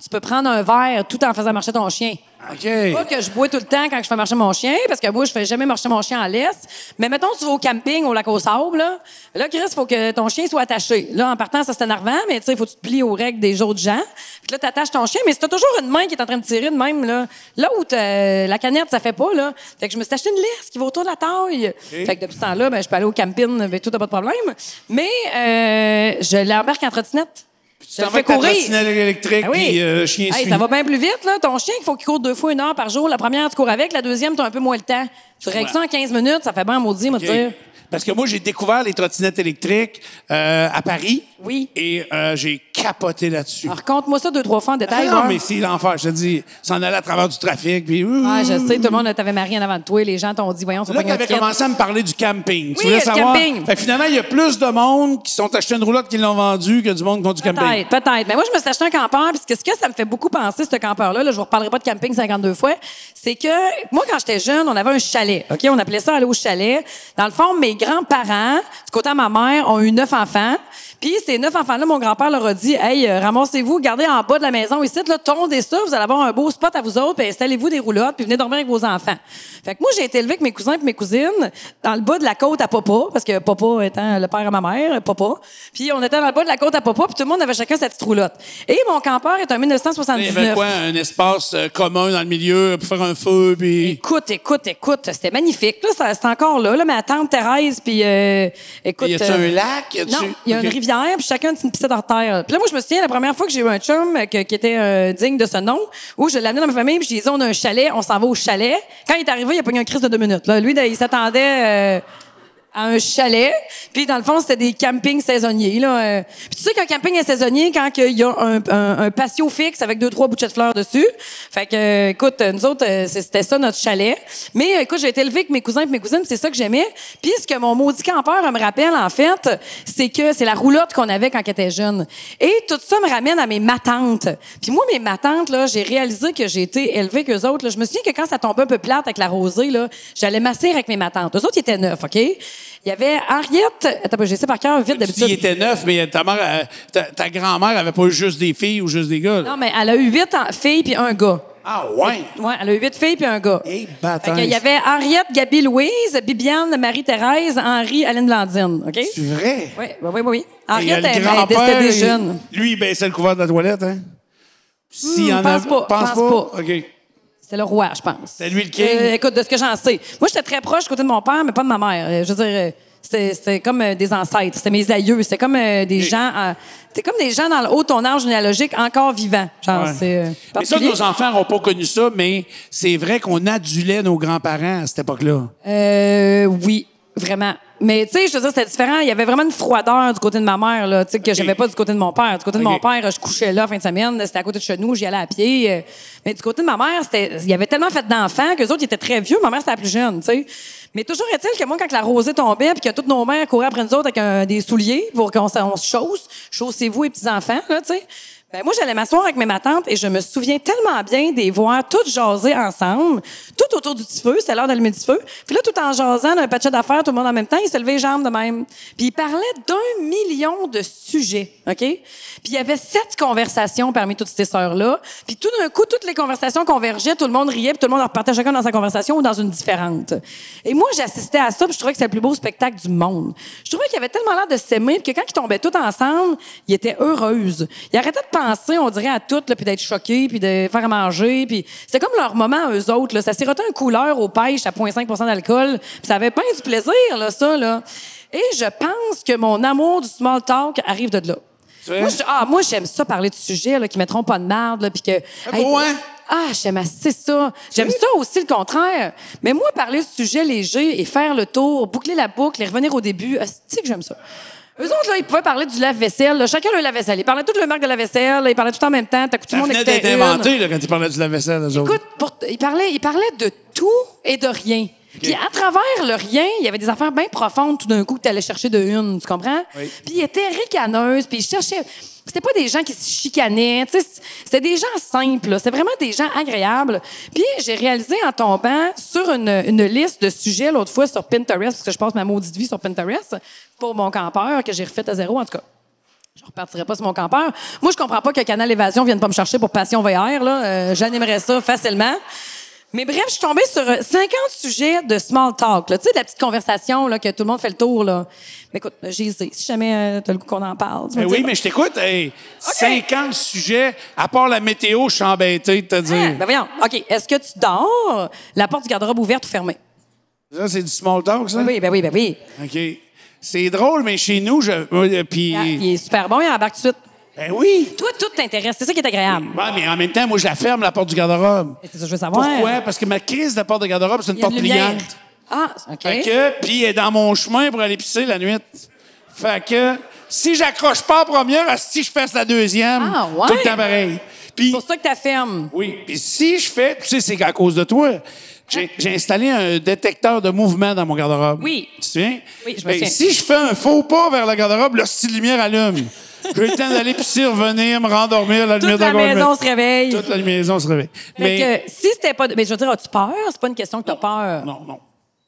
Speaker 2: Tu peux prendre un verre tout en faisant marcher ton chien. Pas
Speaker 3: OK.
Speaker 2: que je bois tout le temps quand je fais marcher mon chien, parce que moi, je fais jamais marcher mon chien en laisse. Mais mettons, tu vas au camping, au lac au sable, là. Là, Chris, faut que ton chien soit attaché. Là, en partant, ça, c'est énervant, mais tu sais, faut que tu te plies aux règles des autres gens. Puis là, t'attaches ton chien, mais si t'as toujours une main qui est en train de tirer de même, là. Là où t'as- la canette, ça fait pas, là. Fait que je me suis acheté une laisse qui va autour de la taille. Fait que depuis ce temps-là, ben, je peux aller au camping, ben, tout n'a pas de problème. Mais, euh, je l'embarque en trottinette.
Speaker 3: Tu
Speaker 2: Je
Speaker 3: t'en
Speaker 2: le
Speaker 3: vas
Speaker 2: fais
Speaker 3: avec ta
Speaker 2: courir.
Speaker 3: trottinette électrique,
Speaker 2: Ah oui.
Speaker 3: puis euh, chien
Speaker 2: Hey,
Speaker 3: suit.
Speaker 2: ça va bien plus vite, là. Ton chien, il faut qu'il court deux fois une heure par jour. La première, tu cours avec. La deuxième, tu as un peu moins le temps. Tu règles ça en 15 minutes, ça fait bien maudit, moi,
Speaker 3: OK.
Speaker 2: te dire.
Speaker 3: Parce que moi, j'ai découvert les trottinettes électriques euh, à Paris.
Speaker 2: Oui. Ah,
Speaker 3: Et euh, j'ai capoté là-dessus.
Speaker 2: Alors, raconte-moi ça deux, trois fois en
Speaker 3: Ah
Speaker 2: détail.
Speaker 3: non,
Speaker 2: voir.
Speaker 3: mais c'est l'enfer. Je te dis, s'en allait à travers du trafic, puis...
Speaker 2: Ouais, Ah, je sais, tout le monde, t'avais marié en avant de toi. Les gens t'ont dit, voyons, c'est
Speaker 3: Là,
Speaker 2: pas
Speaker 3: tu avais commencé à me parler du camping.
Speaker 2: Oui,
Speaker 3: tu voulais
Speaker 2: le
Speaker 3: savoir.
Speaker 2: camping.
Speaker 3: Fait que finalement, il y a plus de monde qui sont achetés une roulotte qui l'ont vendue que du monde qui ont du camping.
Speaker 2: Peut-être, peut-être. Mais moi, je me suis acheté un campeur, puis ce que- ce que ça me fait beaucoup penser, ce campeur-là, là, je vous reparlerai pas de camping 52 fois, c'est que moi, quand j'étais jeune, on avait un chalet, OK? On appelait ça aller au chalet. Dans le fond, mes grands-parents, du côté de ma mère, ont eu neuf enfants. Puis ces neuf enfants-là, mon grand-père leur a dit, « Hey, euh, ramassez-vous, gardez en bas de la maison ici, là, tondez ça, vous allez avoir un beau spot à vous autres, puis installez-vous des roulottes, puis venez dormir avec vos enfants. » Fait que moi, j'ai été élevée avec mes cousins et mes cousines dans le bas de la côte à Papa, parce que Papa étant le père à ma mère, Papa. Puis on était dans le bas de la côte à Papa, puis tout le monde avait chacun sa petite roulotte. Et mon campeur est
Speaker 3: Il y
Speaker 2: en
Speaker 3: avait
Speaker 2: 1979.
Speaker 3: Eh ben, quoi, un espace euh, commun dans le milieu pour faire un feu, puis...
Speaker 2: Écoute, écoute, écoute, c'était magnifique. Là, ça- c'est encore là, là, ma tante Thérèse, puis euh, écoute...
Speaker 3: Y a-tu
Speaker 2: euh,
Speaker 3: un lac? Y a-tu-
Speaker 2: Non, il y a
Speaker 3: Ok.
Speaker 2: une rivière, puis chacun une petite pissette en terre. Puis là, moi, je me souviens, la première fois que j'ai eu un chum euh, que- qui était euh, digne de ce nom, où je l'ai amené dans ma famille, puis je lui ai dit, on a un chalet, on s'en va au chalet. Quand il est arrivé, il a pas eu un crise de deux minutes. Là. Lui, il s'attendait... euh, à un chalet. Puis dans le fond, c'était des campings saisonniers. Là. Euh, Puis tu sais qu'un camping est saisonnier quand il y a un, un- un patio fixe avec deux, trois bouchées de fleurs dessus. Fait que, euh, écoute, euh, nous autres, euh, c'est- c'était ça notre chalet. Mais euh, écoute, j'ai été élevée avec mes cousins et mes cousines, puis c'est ça que j'aimais. Puis ce que mon maudit campeur euh, me rappelle, en fait, c'est que c'est la roulotte qu'on avait quand j'étais jeune. Et tout ça me ramène à mes matantes. Puis moi, mes matantes, là, j'ai réalisé que j'ai été élevée qu'eux autres. là. Je me souviens que quand ça tombait un peu plate avec la rosée, là, j'allais masser avec mes matantes. Eux autres, ils étaient neuf, OK? Il y avait Henriette... Attends, un peu, j'ai ça par cœur,
Speaker 3: Tu
Speaker 2: vite,
Speaker 3: dis, il
Speaker 2: d'habitude.
Speaker 3: était neuf, mais ta mère, euh, ta, ta grand-mère avait pas eu juste des filles ou juste des gars. là.
Speaker 2: Non, mais elle a eu huit en- filles puis un gars.
Speaker 3: Ah ouais!
Speaker 2: Ouais, elle a eu huit filles puis un gars.
Speaker 3: Et
Speaker 2: Fait qu'il y avait Henriette, Gabi, Louise, Bibiane, Marie-Thérèse, Henri, Aline Blandine. OK?
Speaker 3: C'est vrai?
Speaker 2: Oui, oui, oui, oui.
Speaker 3: Il y a
Speaker 2: Henriette,
Speaker 3: le
Speaker 2: elle, elle
Speaker 3: grand-père,
Speaker 2: décédée
Speaker 3: il-
Speaker 2: jeune. Hmm,
Speaker 3: Lui, il baissait le couvert de la toilette, hein? S'il y en
Speaker 2: pense
Speaker 3: a-
Speaker 2: pas,
Speaker 3: Pense,
Speaker 2: pense
Speaker 3: pas. OK.
Speaker 2: C'était le roi, je pense.
Speaker 3: C'était lui le king?
Speaker 2: Euh, écoute, de ce que j'en sais. Moi, j'étais très proche du côté de mon père, mais pas de ma mère. Euh, Je veux dire, euh, c'était c'était comme euh, des ancêtres. C'était mes aïeux. C'était comme euh, des gens... euh, c'était comme des gens dans le haut de ton âge généalogique encore vivants. Genre,
Speaker 3: Ouais.
Speaker 2: c'est... euh,
Speaker 3: Mais ça,
Speaker 2: particulier.
Speaker 3: nos enfants n'ont pas connu ça, mais c'est vrai qu'on adulait nos grands-parents à cette époque-là.
Speaker 2: Euh, oui, vraiment. Mais tu sais, je te dis, c'était différent. Il y avait vraiment une froideur du côté de ma mère, là, tu sais, que j'avais pas du côté de mon père. Du côté de
Speaker 3: Ok.
Speaker 2: mon père, je couchais là fin de semaine, c'était à côté de chez nous, j'y allais à pied. euh, Mais du côté de ma mère, c'était, il y avait tellement fait d'enfants que les autres ils étaient très vieux. Ma mère c'était la plus jeune, tu sais. Mais toujours est-il que moi, quand la rosée tombait, puis que toutes nos mères couraient après nous autres avec un- des souliers pour qu'on se- on se chausse, chaussez-vous les petits enfants, là, tu sais. Ben moi, j'allais m'asseoir avec mes ma tante et je me souviens tellement bien des voir toutes jaser ensemble, tout autour du petit feu. C'était l'heure d'allumer du feu. Puis là, tout en jasant d'un patchet d'affaires, tout le monde en même temps, ils se levaient les jambes de même. Puis ils parlaient d'un million de sujets, OK? Puis il y avait sept conversations parmi toutes ces sœurs-là. Puis tout d'un coup, toutes les conversations convergeaient, tout le monde riait, puis tout le monde repartait chacun dans sa conversation ou dans une différente. Et moi, j'assistais à ça, puis je trouvais que c'était le plus beau spectacle du monde. Je trouvais qu'il y avait tellement l'air de s'aimer, puis que quand ils tombaient tous ensemble, ils étaient heureuses. Ils arrêtaient de penser, on dirait, à tout, là, puis d'être choqués, puis de faire à manger, puis c'était comme leur moment, à eux autres. Là. Ça sirotait un couleur aux pêches à 0,5 d'alcool, puis ça avait pas du plaisir, là, ça. Là. Et je pense que mon amour du small talk arrive de là.
Speaker 3: vrai?
Speaker 2: Moi, je- ah, moi, j'aime ça parler de sujets là, qui mettront pas de merde, là, puis que...
Speaker 3: Ah bon, hein?
Speaker 2: Ah, j'aime assez ça. J'aime ça aussi le contraire. Mais moi, parler de sujets légers et faire le tour, boucler la boucle et revenir au début, c'est que j'aime ça. Eux autres, là, ils pouvaient parler du lave-vaisselle. là. Chacun le lave-vaisselle. Ils parlaient toutes le marque de lave-vaisselle. Ils parlaient tout en même temps. T'as que tout
Speaker 3: Ça
Speaker 2: le monde
Speaker 3: venait
Speaker 2: écoutait
Speaker 3: d'être
Speaker 2: une.
Speaker 3: inventé là, quand tu parlais du lave-vaisselle, eux autres.
Speaker 2: Écoute, pour- il, parlait, il parlait de tout et de rien. Puis à travers le rien, il y avait des affaires bien profondes tout d'un coup que tu allais chercher de une, tu comprends?
Speaker 3: Oui.
Speaker 2: Puis il était ricaneuse, puis il cherchait... C'était pas des gens qui se chicanaient, tu sais, c'était des gens simples, là. c'était vraiment des gens agréables. Puis j'ai réalisé en tombant sur une, une liste de sujets l'autre fois sur Pinterest, parce que je passe ma maudite vie sur Pinterest, pour mon campeur, que j'ai refait à zéro en tout cas. Je repartirai pas sur mon campeur. Moi, je comprends pas que Canal Évasion vienne pas me chercher pour Passion VR. Là. Euh, J'animerais ça facilement. Mais bref, je suis tombée sur euh, 50 sujets de small talk. là. Tu sais, de la petite conversation là, que tout le monde fait le tour. Là. Mais écoute, j'ai essayé. Si jamais tu as le goût qu'on en parle. tu me
Speaker 3: Ben oui,
Speaker 2: dis-
Speaker 3: mais je t'écoute. Hey, 50 sujets, à part la météo, je suis embêté de te
Speaker 2: Ah,
Speaker 3: dire.
Speaker 2: ben voyons. OK. Est-ce que tu dors? La porte du garde-robe ouverte ou fermée?
Speaker 3: Ça, c'est du small talk, ça?
Speaker 2: ben- Oui, ben oui, ben oui.
Speaker 3: OK. C'est drôle, mais chez nous, je. moi, euh, puis-
Speaker 2: Ah, Il est super bon, il embarque tout de suite.
Speaker 3: Ben oui!
Speaker 2: Toi, tout t'intéresse. C'est ça qui est agréable.
Speaker 3: Ouais, mais en même temps, moi, je la ferme, la porte du garde-robe.
Speaker 2: C'est ça que je veux savoir.
Speaker 3: Pourquoi? Parce que ma crise de la porte du garde-robe, c'est une
Speaker 2: Il y a
Speaker 3: porte
Speaker 2: une lumière.
Speaker 3: pliante.
Speaker 2: Ah, OK.
Speaker 3: Fait que, puis elle est dans mon chemin pour aller pisser la nuit. Fait que, si j'accroche pas en première, si je fasse la deuxième,
Speaker 2: Ah, ouais?
Speaker 3: tout le temps pareil. Puis,
Speaker 2: C'est pour ça que tu fermes.
Speaker 3: oui, puis si je fais, tu sais, c'est à cause de toi. J'ai j'ai installé un détecteur de mouvement dans mon garde-robe.
Speaker 2: Hein? Oui.
Speaker 3: Tu te souviens?
Speaker 2: Oui, je me
Speaker 3: Ben,
Speaker 2: souviens.
Speaker 3: Si je fais un faux pas vers la garde-robe, le style lumière allume. J'ai le temps d'aller pisser, revenir, me rendormir, la lumière
Speaker 2: Toute la
Speaker 3: de
Speaker 2: maison se réveille.
Speaker 3: Toute la maison se réveille.
Speaker 2: Fait
Speaker 3: Mais,
Speaker 2: que, si c'était pas. de- Mais je veux dire, as-tu peur? C'est pas une question que t'as peur.
Speaker 3: non, non.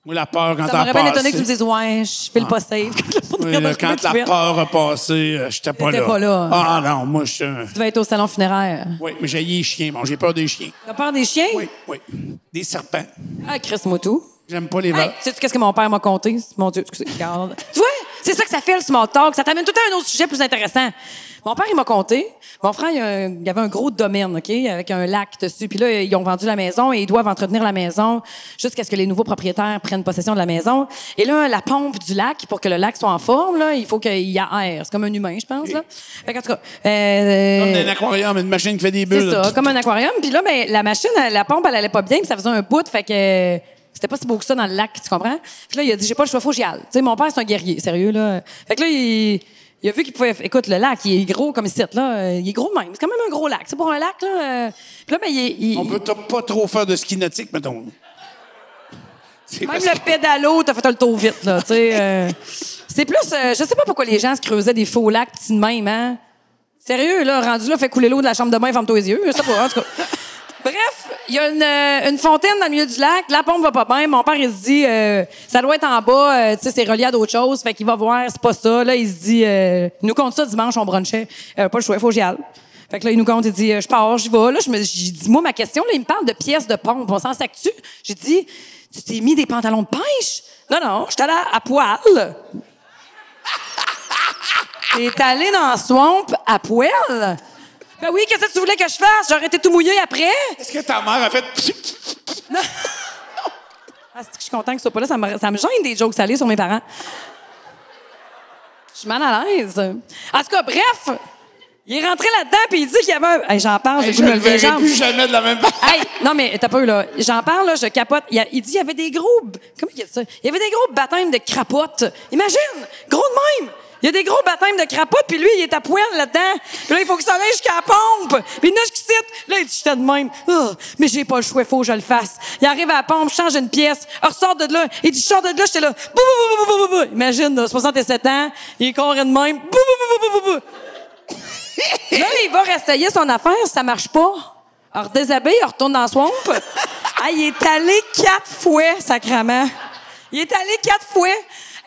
Speaker 3: Moi, la peur quand
Speaker 2: Ça
Speaker 3: t'as
Speaker 2: m'aurait
Speaker 3: peur. Ah.
Speaker 2: bien étonné que tu me dises, ouais, je fais le pas safe. Quand
Speaker 3: Oui, là, quand la peur a passé, euh, j'étais pas,
Speaker 2: T'étais
Speaker 3: là.
Speaker 2: pas là.
Speaker 3: Ah non, moi, je suis un-
Speaker 2: Tu vas être au salon funéraire.
Speaker 3: Oui, mais j'ai les chiens. Bon, j'ai peur des chiens.
Speaker 2: T'as peur des chiens?
Speaker 3: Oui, oui. Des serpents.
Speaker 2: Ah, Chris Moutou.
Speaker 3: J'aime pas les
Speaker 2: Hey,
Speaker 3: vaches.
Speaker 2: sais-tu qu'est-ce que mon père m'a conté? Mon Dieu, excusez, regarde. Tu vois, c'est ça que ça fait le small talk. Ça t'amène tout à un autre sujet plus intéressant. Mon père, il m'a conté. Mon frère, il, y a un- il y avait un gros domaine, OK, avec un lac dessus. Puis là, ils ont vendu la maison et ils doivent entretenir la maison jusqu'à ce que les nouveaux propriétaires prennent possession de la maison. Et là, la pompe du lac, pour que le lac soit en forme, là, il faut qu'il y aère. C'est comme un humain, je pense. Là. Fait qu'en tout cas, euh,
Speaker 3: Comme un aquarium, une machine qui fait des bulles.
Speaker 2: c'est ça, comme un aquarium. Puis là, ben, la machine, elle- la pompe, elle allait pas bien, puis ça faisait un bout, fait que euh, c'était pas si beau que ça dans le lac, tu comprends? Puis là, il a dit, j'ai pas le choix, faut que j'y aille. Tu sais, mon père, c'est un guerrier, sérieux, là. Fait que là, il, il a vu qu'il pouvait... Écoute, le lac, il est gros comme ici, là. Euh, Il est gros même. C'est quand même un gros lac. C'est pour un lac, là. euh. Puis là, ben, il... il-
Speaker 3: On peut t- pas trop faire de ski nautique, mettons. C'est
Speaker 2: Même
Speaker 3: parce
Speaker 2: le pédalo, t'as fait le tour vite, là, tu sais. euh. c'est plus... euh, je sais pas pourquoi les gens se creusaient des faux lacs petits de même, hein. Sérieux, là, rendu là, fait couler l'eau de la chambre de bain, ferme-toi les yeux. Je sais pas, en tout cas. Bref, il y a une, euh, une fontaine dans le milieu du lac. La pompe va pas bien. Mon père, il se dit, euh, ça doit être en bas. euh, tu sais, c'est relié à d'autres choses. Fait qu'il va voir, c'est pas ça. Là, il se dit, euh, il nous compte ça dimanche, on brunchait. Euh, pas le choix, faut que j'y aille. Fait que là, il nous compte, il dit, euh, je pars, j'y vais. Là, je me, j'ai dit, moi, ma question, là, il me parle de pièces de pompe. On s'en sac-tu? J'ai dit, tu t'es mis des pantalons de pêche? Non, non, je suis allée à, à poil. T'es allée dans le swamp à poil? Ben oui, qu'est-ce que tu voulais que je fasse? J'aurais été tout mouillé après?
Speaker 3: Est-ce que ta mère a fait.
Speaker 2: Ah, c'est que je suis contente que ce soit pas là. Ça me, ça me gêne des jokes salés sur mes parents. Je suis mal à l'aise. En tout cas, bref, il est rentré là-dedans puis il dit qu'il y avait un. Hey, j'en parle, j'ai
Speaker 3: Hey,
Speaker 2: le
Speaker 3: je
Speaker 2: goût
Speaker 3: ne
Speaker 2: de
Speaker 3: le
Speaker 2: me lever les
Speaker 3: verrai
Speaker 2: jambes.
Speaker 3: plus jamais de la même façon.
Speaker 2: Hey, non, mais t'as pas eu, là. J'en parle, là, je capote. Il, a- il dit qu'il y avait des gros. b- Comment il y a ça? Il y avait des gros baptêmes de crapotes. Imagine! Gros de même! Il y a des gros baptêmes de crapotes, puis lui, il est à poil là-dedans. Puis là, il faut qu'il s'en aille jusqu'à la pompe. Puis il nage qui cite. Là, il dit, j'étais de même. Ah, mais j'ai pas le choix, faut que je le fasse. Il arrive à la pompe, change une pièce, il ressort de là. Il dit, je sors de là, j'étais là. Bou, bou, bou, bou, bou, bou, bou. Imagine, là, 67 ans, il est coré de même. Bou, bou, bou, bou, bou, bou, bou. Là, il va réessayer son affaire, ça marche pas. Alors, déshabille, il retourne dans le swamp. Ah, il est allé quatre fois, sacrament. Il est allé quatre fois.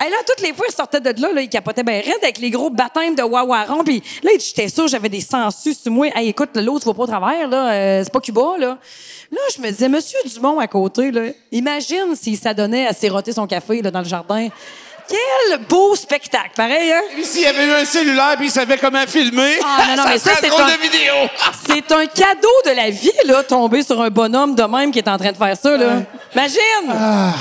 Speaker 2: Et là, toutes les fois, il sortait de là, là, il capotait bien raide avec les gros baptêmes de Wawaron. Puis là, il dit, j'étais sûr, j'avais des sangsues sur moi. Hey, écoute, l'eau, tu vas pas au travers, là. euh, c'est pas Cuba, là. Là, je me disais, Monsieur Dumont à côté, là, imagine s'il s'adonnait à siroter son café, là, dans le jardin. Quel beau spectacle. Pareil, hein?
Speaker 3: Lui, s'il avait eu un cellulaire puis il savait comment filmer,
Speaker 2: Ah, non, non, mais ça,
Speaker 3: ferait
Speaker 2: c'est
Speaker 3: drôle
Speaker 2: un-
Speaker 3: de vidéo.
Speaker 2: C'est un cadeau de la vie, là, tomber sur un bonhomme de même qui est en train de faire ça, là. Imagine!
Speaker 3: Ah.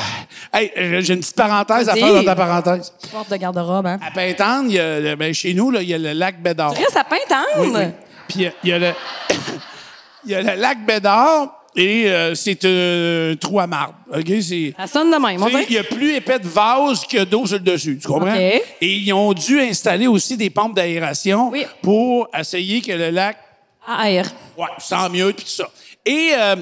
Speaker 3: Hey, euh, j'ai une petite parenthèse à
Speaker 2: Vas-y.
Speaker 3: faire dans ta parenthèse.
Speaker 2: Porte de garde-robe, hein.
Speaker 3: À Pintane, il y a le- ben, chez nous, là, il y a le lac Bédard.
Speaker 2: Après, ça hein? peint
Speaker 3: Oui, oui. Puis il y a- il y, a le- il y a le lac Bédard et euh, c'est euh, un trou à marbre. OK? C'est.
Speaker 2: Ça sonne de même, on
Speaker 3: Tu sais,
Speaker 2: dirait.
Speaker 3: Il y a plus épais de vases que d'eau sur le dessus, tu comprends?
Speaker 2: OK.
Speaker 3: Et ils ont dû installer aussi des pompes d'aération
Speaker 2: Oui.
Speaker 3: pour essayer que le lac
Speaker 2: Air.
Speaker 3: ouais, sent mieux puis tout ça. Et euh,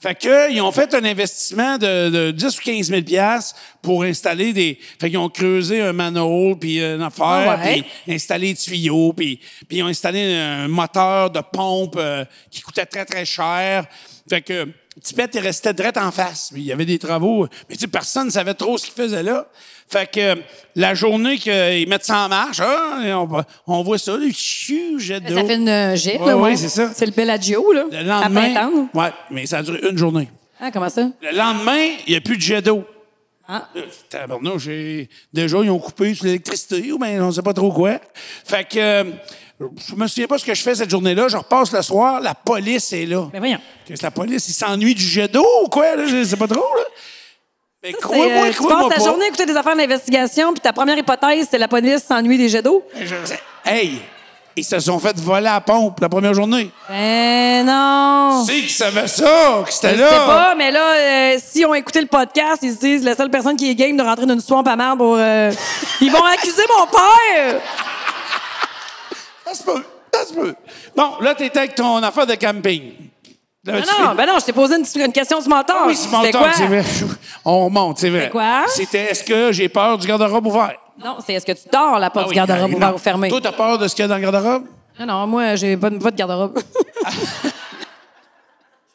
Speaker 3: fait que ils ont fait un investissement de, de 10 ou 15 000 pièces pour installer des fait qu'ils ont creusé un manhole puis une affaire
Speaker 2: Ah ouais.
Speaker 3: puis installé des tuyaux puis puis ils ont installé un moteur de pompe euh, qui coûtait très très cher. Fait que Tipette, il restait direct en face. Il y avait des travaux. Mais tu sais, personne ne savait trop ce qu'il faisait là. Fait que euh, la journée qu'ils mettent ça en marche, hein, on, on voit ça, le chiou, jet d'eau.
Speaker 2: Ça fait une euh, jet,
Speaker 3: Ouais,
Speaker 2: là.
Speaker 3: ouais, c'est ça.
Speaker 2: C'est le Bellagio, là.
Speaker 3: Le
Speaker 2: À
Speaker 3: lendemain.
Speaker 2: Pintendre.
Speaker 3: Ouais, mais ça a duré une journée.
Speaker 2: Ah, comment ça?
Speaker 3: Le lendemain, il n'y a plus de jet d'eau.
Speaker 2: Ah.
Speaker 3: Euh, Tabarnouche, j'ai- déjà, ils ont coupé sur l'électricité ou bien on ne sait pas trop quoi. Fait que euh, je me souviens pas ce que je fais cette journée-là. Je repasse le soir, la police est là.
Speaker 2: Ben voyons.
Speaker 3: Qu'est-ce que la police, ils s'ennuient du jet d'eau ou quoi? Là, je sais pas trop. Là. Mais
Speaker 2: C'est, euh,
Speaker 3: crois-moi,
Speaker 2: tu passes
Speaker 3: crois-moi
Speaker 2: ta
Speaker 3: pas.
Speaker 2: journée à écouter des affaires d'investigation, puis ta première hypothèse, c'est la police s'ennuie des jets d'eau?
Speaker 3: Je- Hey, ils se sont fait voler à la pompe la première journée.
Speaker 2: Ben non!
Speaker 3: C'est qu'ils savaient ça, que c'était
Speaker 2: Je
Speaker 3: là.
Speaker 2: sais pas, mais là, euh, si on écouté le podcast, ils se disent la seule personne qui est game de rentrer dans une swamp à marbre, pour, euh, ils vont accuser mon père.
Speaker 3: Ça se peut. Ça se peut. Bon, là, t'étais avec ton affaire de camping. Là,
Speaker 2: Non,
Speaker 3: tu
Speaker 2: non,
Speaker 3: fais-
Speaker 2: ben non, je t'ai posé une, une question du mentor.
Speaker 3: Ah Oui, c'est mon
Speaker 2: C'était
Speaker 3: temps,
Speaker 2: quoi?
Speaker 3: c'est vrai. Pfiou, On remonte, c'est vrai.
Speaker 2: C'était quoi?
Speaker 3: C'était est-ce que j'ai peur du garde-robe ouvert?
Speaker 2: Non, c'est est-ce que tu dors la porte
Speaker 3: Ah oui,
Speaker 2: du garde-robe
Speaker 3: non.
Speaker 2: ouvert ou fermée?
Speaker 3: Toi, t'as peur de ce qu'il y a dans le garde-robe?
Speaker 2: Non, non, moi, j'ai pas, de- pas de garde-robe. Je suis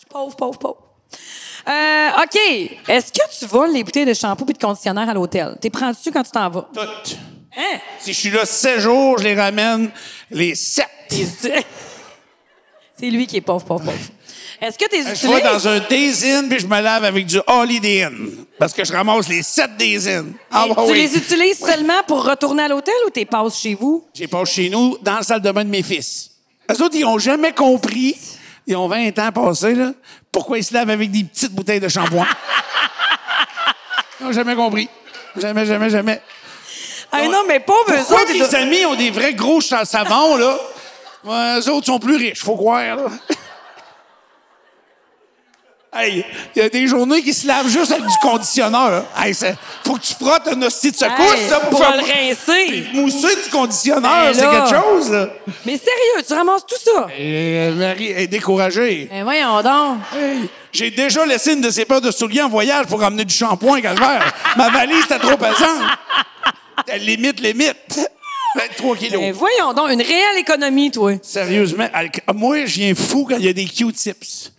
Speaker 2: pauvre, pauvre, pauvre. Euh, OK. Est-ce que tu voles les bouteilles de shampoing et de conditionnaire à l'hôtel? T'es prends-tu quand tu t'en vas?
Speaker 3: Toutes.
Speaker 2: Hein?
Speaker 3: Si je suis là sept jours, je les ramène les sept.
Speaker 2: C'est lui qui est pauvre, pauvre, pauvre. Est-ce que t'es
Speaker 3: Je vais
Speaker 2: utilisé?
Speaker 3: dans un days-in, puis je me lave avec du holiday in. Parce que je ramasse les sept days-in. Ah,
Speaker 2: tu
Speaker 3: bah oui.
Speaker 2: les utilises seulement pour retourner à l'hôtel ou t'es passes chez vous?
Speaker 3: J'ai passé chez nous, dans la salle de bain de mes fils. Eux autres, ils n'ont jamais compris, ils ont 20 ans passés, là, pourquoi ils se lavent avec des petites bouteilles de shampoing. ils n'ont jamais compris. Jamais, jamais, jamais.
Speaker 2: Ah non, mais pauvre eux
Speaker 3: Pourquoi
Speaker 2: autres, ils
Speaker 3: tes
Speaker 2: doivent-
Speaker 3: amis ont des vrais gros cha- savons, là? Ouais, eux autres sont plus riches, faut croire, là. Hey, il y a des journées qui se lavent juste avec du conditionneur. Hey, c'est- faut que tu frottes un hostie de secousse,
Speaker 2: Hey,
Speaker 3: ça, pour,
Speaker 2: pour
Speaker 3: faire
Speaker 2: le rincer.
Speaker 3: Puis mousser du conditionneur,
Speaker 2: Ben
Speaker 3: c'est
Speaker 2: là.
Speaker 3: quelque chose, là.
Speaker 2: Mais sérieux, tu ramasses tout ça?
Speaker 3: Et euh, Marie est découragée.
Speaker 2: Ben voyons donc.
Speaker 3: Hey, J'ai déjà laissé une de ses paires de souliers en voyage pour ramener du shampoing, calvaire. Ma valise était trop pesante. Elle limite, limite. 23 kilos.
Speaker 2: Ben voyons donc, une réelle économie, toi.
Speaker 3: Sérieusement, elle- moi, je viens fou quand il y a des Q-tips.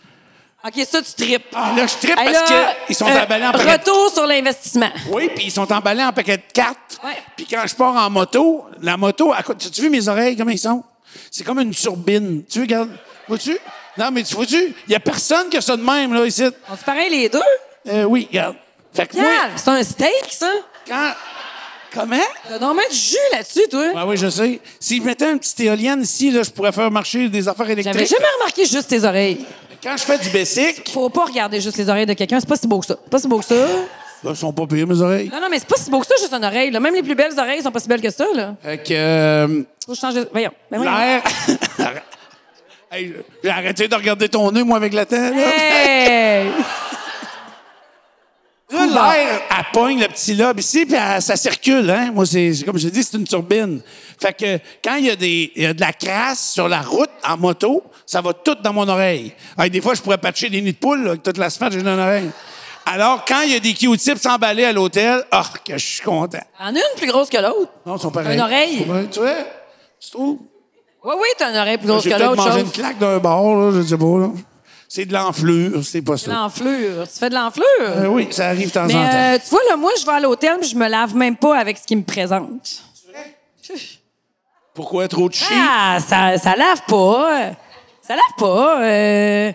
Speaker 2: OK, ça, tu tripes.
Speaker 3: Ah, là, je trippe
Speaker 2: Hey,
Speaker 3: parce
Speaker 2: là,
Speaker 3: qu'ils sont
Speaker 2: euh,
Speaker 3: emballés en paquet. de-
Speaker 2: Retour sur l'investissement.
Speaker 3: Oui, puis ils sont emballés en paquet de cartes.
Speaker 2: Ouais.
Speaker 3: Puis quand je pars en moto, la moto, à co- as-tu vu mes oreilles, comment ils sont? C'est comme une turbine. Tu regardes. Vois-tu? Non, mais tu vois-tu? Il n'y a personne qui a ça de même, là, ici.
Speaker 2: On se pareil les deux?
Speaker 3: Euh, oui, regarde. Fait que moi,
Speaker 2: Regarde, c'est un steak, ça.
Speaker 3: quand. Comment?
Speaker 2: T'as donc bien du jus là-dessus, toi.
Speaker 3: Ah oui, je sais. Si je mettais une petite éolienne ici, là, je pourrais faire marcher des affaires
Speaker 2: J'avais
Speaker 3: électriques.
Speaker 2: jamais remarqué juste tes oreilles.
Speaker 3: Quand je fais du basic,
Speaker 2: Faut pas regarder juste les oreilles de quelqu'un. C'est pas si beau que ça. C'est Pas si beau que ça.
Speaker 3: ben, elles sont pas pires, mes oreilles.
Speaker 2: Non, non, mais c'est pas si beau que ça, juste une oreille. là. Même les plus belles oreilles sont pas si belles que ça, là.
Speaker 3: Fait que. euh,
Speaker 2: Faut changer. Voyons. Ben, voyons.
Speaker 3: L'air. Hey, j'ai arrêté de regarder ton nez, moi, avec la tête. là.
Speaker 2: Hey!
Speaker 3: Là, l'air, elle pogne le petit lobe ici, puis elle- ça circule. Hein? Moi, c'est c'est comme je dis, c'est une turbine. Fait que quand il y, a des- il y a de la crasse sur la route en moto, ça va tout dans mon oreille. Hey, des fois, je pourrais patcher des nids de poule là, avec toute l'asphalte, j'ai dans l'oreille. Alors, quand il y a des Q-tips emballés à l'hôtel, ah, que je suis content.
Speaker 2: En une plus grosse que l'autre.
Speaker 3: Non, ils sont pareils.
Speaker 2: Une oreille.
Speaker 3: Ils sont pareils. Tu vois? Tu trouves?
Speaker 2: Oui, oui, t'as une oreille plus grosse
Speaker 3: J'ai
Speaker 2: que
Speaker 3: peut-être
Speaker 2: l'autre
Speaker 3: mangé une
Speaker 2: chose.
Speaker 3: claque d'un bord, là, je sais pas. là. C'est de l'enflure, c'est pas ça.
Speaker 2: L'enflure. Tu fais de l'enflure?
Speaker 3: Euh, oui, ça arrive de temps en temps.
Speaker 2: Mais euh, tu vois, là, moi, je vais à l'hôtel puis je me lave même pas avec ce qu'ils me présentent.
Speaker 3: Pourquoi trop de chi?
Speaker 2: Ah, ça, ça lave pas. Ça lave pas. euh,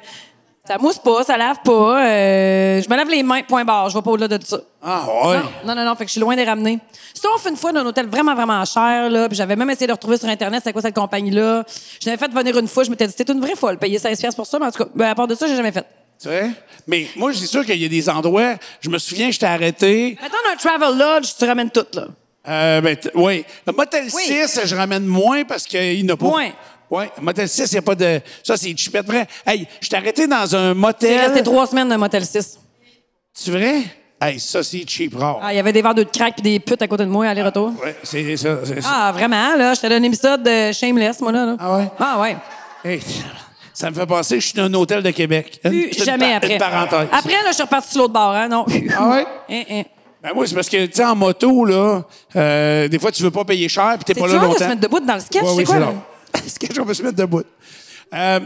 Speaker 2: ça mousse pas, ça lave pas. euh, je me lave les mains, point barre. Je vais pas au-delà de ça.
Speaker 3: Ah, ouais.
Speaker 2: Non, non, non, fait que je suis loin des ramener. Sauf une fois dans un hôtel vraiment, vraiment cher, là, puis j'avais même essayé de retrouver sur Internet c'est quoi cette compagnie-là. Je l'avais fait venir une fois, je m'étais dit, c'était une vraie folle, payer 16 piastres pour ça, mais en tout cas, ben, à part de ça, j'ai jamais fait.
Speaker 3: Tu sais? Mais moi, c'est sûr qu'il y a des endroits, je me souviens, j'étais arrêté.
Speaker 2: Maintenant, un travel lodge, tu ramènes tout, là.
Speaker 3: Euh, ben, t- oui. Le Motel
Speaker 2: Oui.
Speaker 3: 6, je ramène moins parce qu'il n'a pas.
Speaker 2: Moins.
Speaker 3: Oui, Motel 6, il n'y a pas de. Ça, c'est chipette vrai. Hey, je t'ai arrêté dans un motel.
Speaker 2: J'ai resté trois semaines d'un motel 6.
Speaker 3: C'est vrai? Hey, ça, c'est cheap rare.
Speaker 2: Ah, il y avait des vendeurs de crack puis des putes à côté de moi, aller-retour.
Speaker 3: Ouais, c'est ça. c'est ça.
Speaker 2: Ah, vraiment, là, j'étais dans un épisode de Shameless, moi, là. là.
Speaker 3: Ah ouais?
Speaker 2: Ah ouais.
Speaker 3: Hey, ça me fait penser que je suis dans un hôtel de Québec. Une-
Speaker 2: Plus
Speaker 3: c'est une
Speaker 2: jamais
Speaker 3: pa-
Speaker 2: après.
Speaker 3: Une parenthèse.
Speaker 2: Après, là, je suis reparti sur l'autre bord, hein, non.
Speaker 3: Ah ouais?
Speaker 2: Hein, hein.
Speaker 3: Ben moi, c'est parce que, tu sais, en moto, là, euh, des fois, tu veux pas payer cher puis t'es
Speaker 2: C'est
Speaker 3: pas
Speaker 2: dur
Speaker 3: là
Speaker 2: de
Speaker 3: longtemps.
Speaker 2: se mettre debout dans le sketch,
Speaker 3: Ouais,
Speaker 2: c'est
Speaker 3: oui,
Speaker 2: quoi?
Speaker 3: c'est
Speaker 2: là?
Speaker 3: long. Est-ce que je peux se mettre debout? Euh,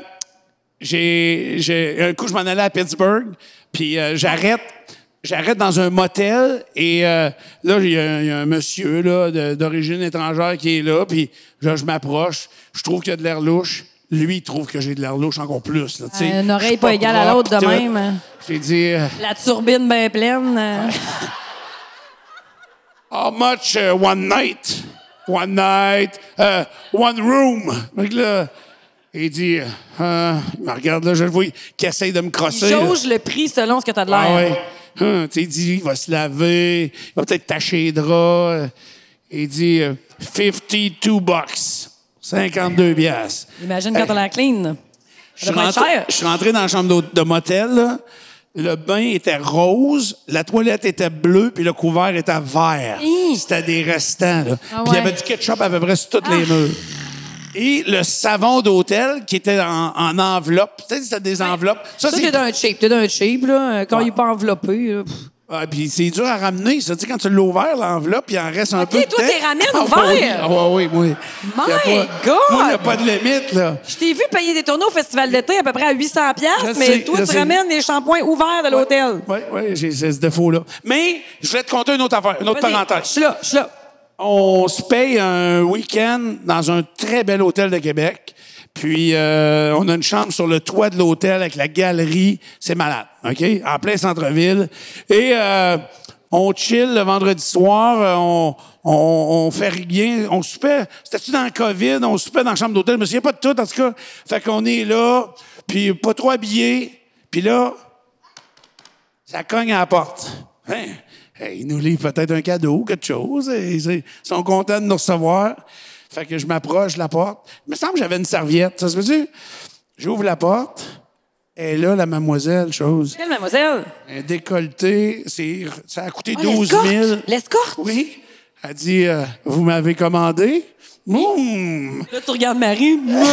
Speaker 3: j'ai, j'ai, un coup, je m'en allais à Pittsburgh, puis euh, j'arrête. J'arrête dans un motel et euh, là, il y, a un- il y a un monsieur là, de- d'origine étrangère qui est là, puis là, je m'approche, je trouve qu'il y a de l'air louche. Lui, il trouve que j'ai de l'air louche encore plus. Là, tu sais.
Speaker 2: Ouais, une
Speaker 3: Je
Speaker 2: oreille
Speaker 3: suis
Speaker 2: pas égale à
Speaker 3: propre,
Speaker 2: l'autre de
Speaker 3: tout.
Speaker 2: même. hein.
Speaker 3: J'ai dit, euh,
Speaker 2: La turbine bien pleine. euh.
Speaker 3: Ah, How much uh, one night? One night, uh, one room. Fait que là, il dit, euh, il me regarde là, je le vois, qui essaye de me crosser. là.
Speaker 2: Jauge le prix selon ce que t'as de l'air.
Speaker 3: Ah ouais. Hum, tu sais, il dit, il va se laver, il va peut-être tacher les draps. Il dit, euh, 52 bucks. 52 biasses.
Speaker 2: Imagine quand on la clean.
Speaker 3: Je
Speaker 2: Ça
Speaker 3: suis,
Speaker 2: doit être
Speaker 3: rentré,
Speaker 2: cher.
Speaker 3: je suis rentré dans la chambre d'hôte- de motel. là. Le bain était rose, la toilette était bleue, puis le couvert était vert.
Speaker 2: Hi!
Speaker 3: C'était des restants. là.
Speaker 2: Ah
Speaker 3: Puis il y
Speaker 2: ouais. Ah.
Speaker 3: avait du ketchup à peu près sur toutes les murs. Et le savon d'hôtel qui était en, en enveloppe. Tu sais, c'était des enveloppes. Ça,
Speaker 2: Ça,
Speaker 3: c'est...
Speaker 2: t'es d'un cheap. T'es d'un cheap, là. Quand il est pas enveloppé. là.
Speaker 3: Ah, puis c'est dur à ramener. Ça, tu sais, quand tu l'as ouvert, l'enveloppe, il en reste un peu.
Speaker 2: toi,
Speaker 3: dedans.
Speaker 2: t'es ramènes
Speaker 3: Ah,
Speaker 2: ouvert.
Speaker 3: oui, Ah, oui, oui, oui.
Speaker 2: My
Speaker 3: Il y a pas-
Speaker 2: God!
Speaker 3: Moi, il n'y a pas de limite, là.
Speaker 2: Je t'ai vu payer des tournois au festival d'été à peu près à 800
Speaker 3: Je
Speaker 2: pièces, mais
Speaker 3: sais,
Speaker 2: toi,
Speaker 3: je
Speaker 2: tu
Speaker 3: sais.
Speaker 2: ramènes les shampoings ouverts de l'hôtel.
Speaker 3: Oui, oui, j'ai j'ai ce défaut-là. Mais je voulais te conter une autre affaire, une autre
Speaker 2: Vas-y,
Speaker 3: parenthèse.
Speaker 2: Je suis là, je suis là.
Speaker 3: On se paye un week-end dans un très bel hôtel de Québec. Puis, euh, on a une chambre sur le toit de l'hôtel avec la galerie. C'est malade, OK? En plein centre-ville. Et euh, on chill le vendredi soir. euh, On, on, on fait rien. On soupait. C'était-tu dans le COVID? On soupait dans la chambre d'hôtel. Je me souviens pas de tout, en tout cas. Fait qu'on est là, puis pas trop habillé. Puis là, ça cogne à la porte. Hein? Hey, Ils nous livrent peut-être un cadeau, quelque chose. Et Ils ils sont contents de nous recevoir. Fait que je m'approche de la porte. Il me semble que j'avais une serviette. Ça se peut-tu? J'ouvre la porte. Et là, la mademoiselle, chose.
Speaker 2: Quelle mademoiselle?
Speaker 3: Un décolleté. c'est- Ça a coûté
Speaker 2: Ah,
Speaker 3: 12
Speaker 2: l'escorte,
Speaker 3: 000.
Speaker 2: L'escorte?
Speaker 3: Oui. Elle dit, euh, vous m'avez commandé? Mmh.
Speaker 2: Là, tu regardes Marie. Meuh.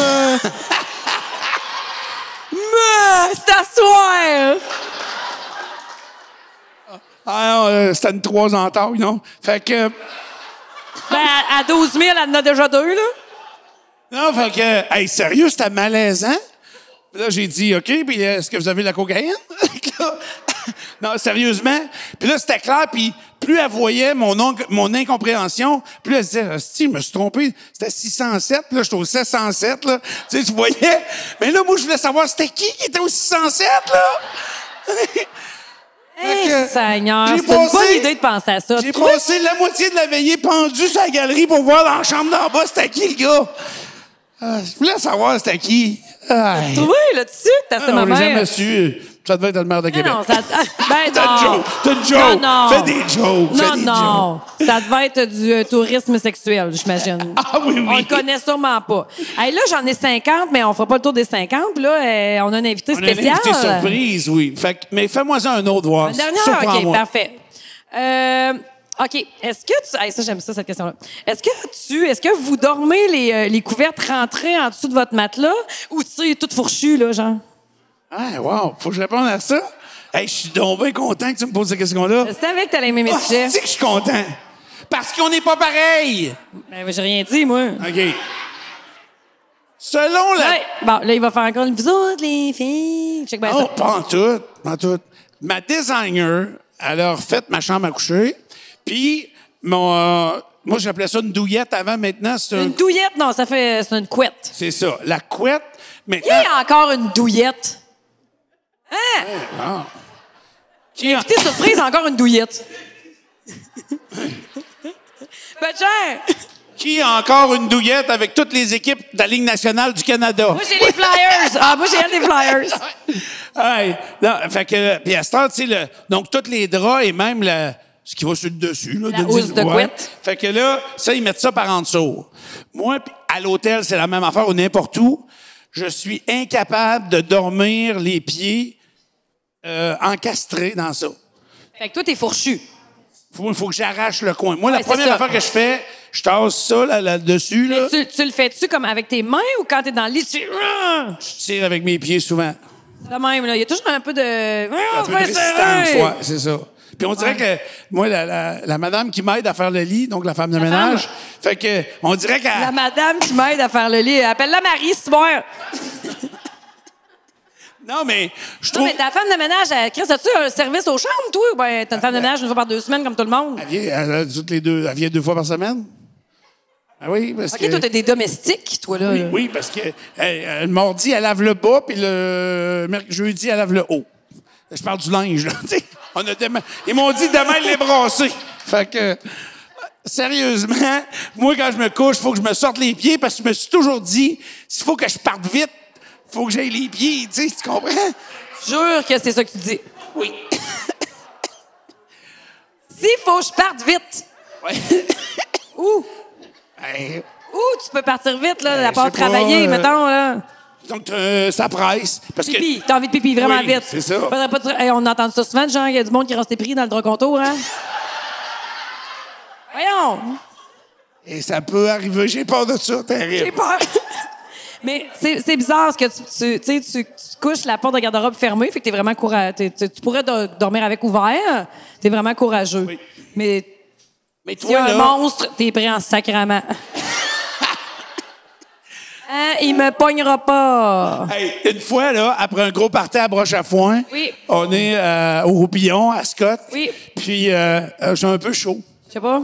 Speaker 2: Meuh, C'est à soir!
Speaker 3: Ah non, euh, c'était une trois en taille, non? Fait que...
Speaker 2: Ben, à, à 12 000, elle en a déjà deux, là.
Speaker 3: Non, fait que, hey, sérieux, c'était euh, malaisant. Puis Là, j'ai dit, OK, puis est-ce que vous avez de la cocaïne? Fait que là, Non, sérieusement. Puis là, c'était clair. Puis plus elle voyait mon, ong- mon incompréhension, plus elle se disait, si, je me suis trompé. C'était 607, là, j'étais au 707, là. Tu sais, tu voyais. Mais là, moi, je voulais savoir, c'était qui qui était au 607, là? Fait
Speaker 2: Hey,
Speaker 3: que,
Speaker 2: Eh, Seigneur,
Speaker 3: j'ai
Speaker 2: c'est une bonne
Speaker 3: passé-
Speaker 2: idée de penser à ça.
Speaker 3: J'ai passé la moitié de la veillée pendue sur la galerie pour voir dans la chambre d'en bas, c'était qui, le gars? Ah, je voulais savoir, c'était qui. Aïe. Ah,
Speaker 2: Oui, là-dessus, t'as ça,
Speaker 3: On
Speaker 2: ma
Speaker 3: l'a
Speaker 2: mère.
Speaker 3: jamais su. Ça devait être le maire de Québec.
Speaker 2: Non, ça... ben,
Speaker 3: T'as une
Speaker 2: non.
Speaker 3: joke, t'as une joke.
Speaker 2: Non, non.
Speaker 3: Fais des jokes, fais
Speaker 2: Non,
Speaker 3: des
Speaker 2: non. Ça devait être du euh, tourisme sexuel, j'imagine.
Speaker 3: Ah oui, oui.
Speaker 2: On le connaît sûrement pas. Hey, là, j'en ai 50, mais on fera pas le tour des 50. Puis Là, euh, on a un invité
Speaker 3: On a une
Speaker 2: spécial.
Speaker 3: invitée surprise, oui. Fait que- mais fais-moi ça un autre voir.
Speaker 2: Un dernier, OK,
Speaker 3: Surprends-moi.
Speaker 2: parfait. Euh, OK. Est-ce que tu. hey, ça, j'aime ça, cette question-là. Est-ce que tu. Est-ce que vous dormez les, euh, les couvertes rentrées en dessous de votre matelas ou tu sais, toute fourchue, là, genre?
Speaker 3: Ah, wow. Faut que je réponde à ça. Hey, je suis donc bien content que tu me poses cette question-là.
Speaker 2: Je savais que t'allais aimer mes
Speaker 3: Ah,
Speaker 2: sujets.
Speaker 3: c'est que je suis content. Parce qu'on n'est pas pareil.
Speaker 2: Ben, j'ai rien dit, moi.
Speaker 3: OK. Selon la
Speaker 2: Ouais. Bon, là, il va faire encore une vous autres, les filles. Check bien
Speaker 3: Oh,
Speaker 2: ça.
Speaker 3: pas en tout, pas en tout. Ma designer, elle a refait ma chambre à coucher, puis mon, euh, moi j'appelais ça une douillette avant, maintenant c'est un-
Speaker 2: Une douillette, non, ça fait. C'est une couette.
Speaker 3: c'est ça, la couette.
Speaker 2: Il y
Speaker 3: Maintenant,
Speaker 2: a encore une douillette.
Speaker 3: qui en-
Speaker 2: T'es surprise, encore une douillette. ben, tiens!
Speaker 3: qui a encore une douillette avec toutes les équipes de la Ligue nationale du Canada.
Speaker 2: Moi, j'ai les flyers! Ah, moi, j'ai elle des flyers!
Speaker 3: Hey, non, fait que, euh, puis à ce temps, tu sais, le- donc tous les draps et même le- ce qui va sur le dessus, là,
Speaker 2: La housse de couette.
Speaker 3: Fait que là, ça, ils mettent ça par en dessous. Moi, puis à l'hôtel, c'est la même affaire ou n'importe où. Je suis incapable de dormir les pieds euh, encastrés dans ça.
Speaker 2: Fait que toi, t'es fourchu.
Speaker 3: Faut, faut que j'arrache le coin. Moi, la
Speaker 2: Ouais, c'est
Speaker 3: première
Speaker 2: ça.
Speaker 3: affaire que je fais, je tasse ça là, là, dessus, là,
Speaker 2: Tu, tu le fais-tu comme avec tes mains ou quand t'es dans le lit, tu fais.
Speaker 3: je tire avec mes pieds souvent.
Speaker 2: De même, là. Il y a toujours un peu de. Ah,
Speaker 3: un peu de résistance, ouais, c'est ça. Puis on dirait que moi, la, la- la madame qui m'aide à faire le lit, donc la femme de ménage,
Speaker 2: femme.
Speaker 3: fait que on dirait qu'elle
Speaker 2: La madame qui m'aide à faire le lit, appelle-la Marie, c'est bon.
Speaker 3: non mais je
Speaker 2: Non,
Speaker 3: trouve
Speaker 2: mais ta femme de ménage, elle- Chris, as-tu un service aux chambres, toi? Ou ben, t'as une femme de ménage une fois par deux semaines, comme tout le monde?
Speaker 3: elle vient, elle a toutes les deux, elle vient deux fois par semaine. Ah oui, parce
Speaker 2: OK,
Speaker 3: que
Speaker 2: toi, t'es des domestiques, toi, là.
Speaker 3: oui, oui, parce que elle, elle, le mardi elle lave le bas puis le merc- jeudi elle lave le haut. Je parle du linge là, tu sais. On a demain- ils m'ont dit demain les brasser. Fait que sérieusement, moi, quand je me couche, il faut que je me sorte les pieds parce que je me suis toujours dit, s'il faut que je parte vite, faut que j'aille les pieds, tu sais, tu comprends?
Speaker 2: Jure que c'est ça que tu dis.
Speaker 3: Oui.
Speaker 2: S'il faut que je parte vite,
Speaker 3: Ouais.
Speaker 2: ou,
Speaker 3: Hey,
Speaker 2: ou tu peux partir vite, là, à
Speaker 3: Ben, je
Speaker 2: part
Speaker 3: sais pas,
Speaker 2: travailler,
Speaker 3: euh,
Speaker 2: mettons, là.
Speaker 3: Donc, euh, ça presse. Parce que.
Speaker 2: Pipi, t'as envie de pipi vraiment
Speaker 3: Oui,
Speaker 2: vite.
Speaker 3: c'est ça.
Speaker 2: Faudrait pas dire- Hey, on entend ça souvent, genre, il y a du monde qui reste pris dans le droit contour, hein? Voyons,
Speaker 3: Et ça peut arriver. J'ai peur de ça,
Speaker 2: j'ai
Speaker 3: terrible.
Speaker 2: peur. Mais c'est c'est bizarre ce que tu, tu, tu sais, tu, tu couches la porte de garde-robe fermée, fait que t'es vraiment courageux. Tu pourrais do- dormir avec ouvert, t'es vraiment courageux.
Speaker 3: Oui.
Speaker 2: Mais
Speaker 3: Mais
Speaker 2: s'il y a
Speaker 3: toi,
Speaker 2: un
Speaker 3: là.
Speaker 2: monstre, t'es pris en sacrament. Hein, il me pognera pas.
Speaker 3: hey, une fois, là, après un gros party à broche à foin,
Speaker 2: Oui.
Speaker 3: on est euh, au Roupillon, à Scott.
Speaker 2: Oui.
Speaker 3: Puis, euh, euh, j'ai un peu chaud.
Speaker 2: Je sais pas.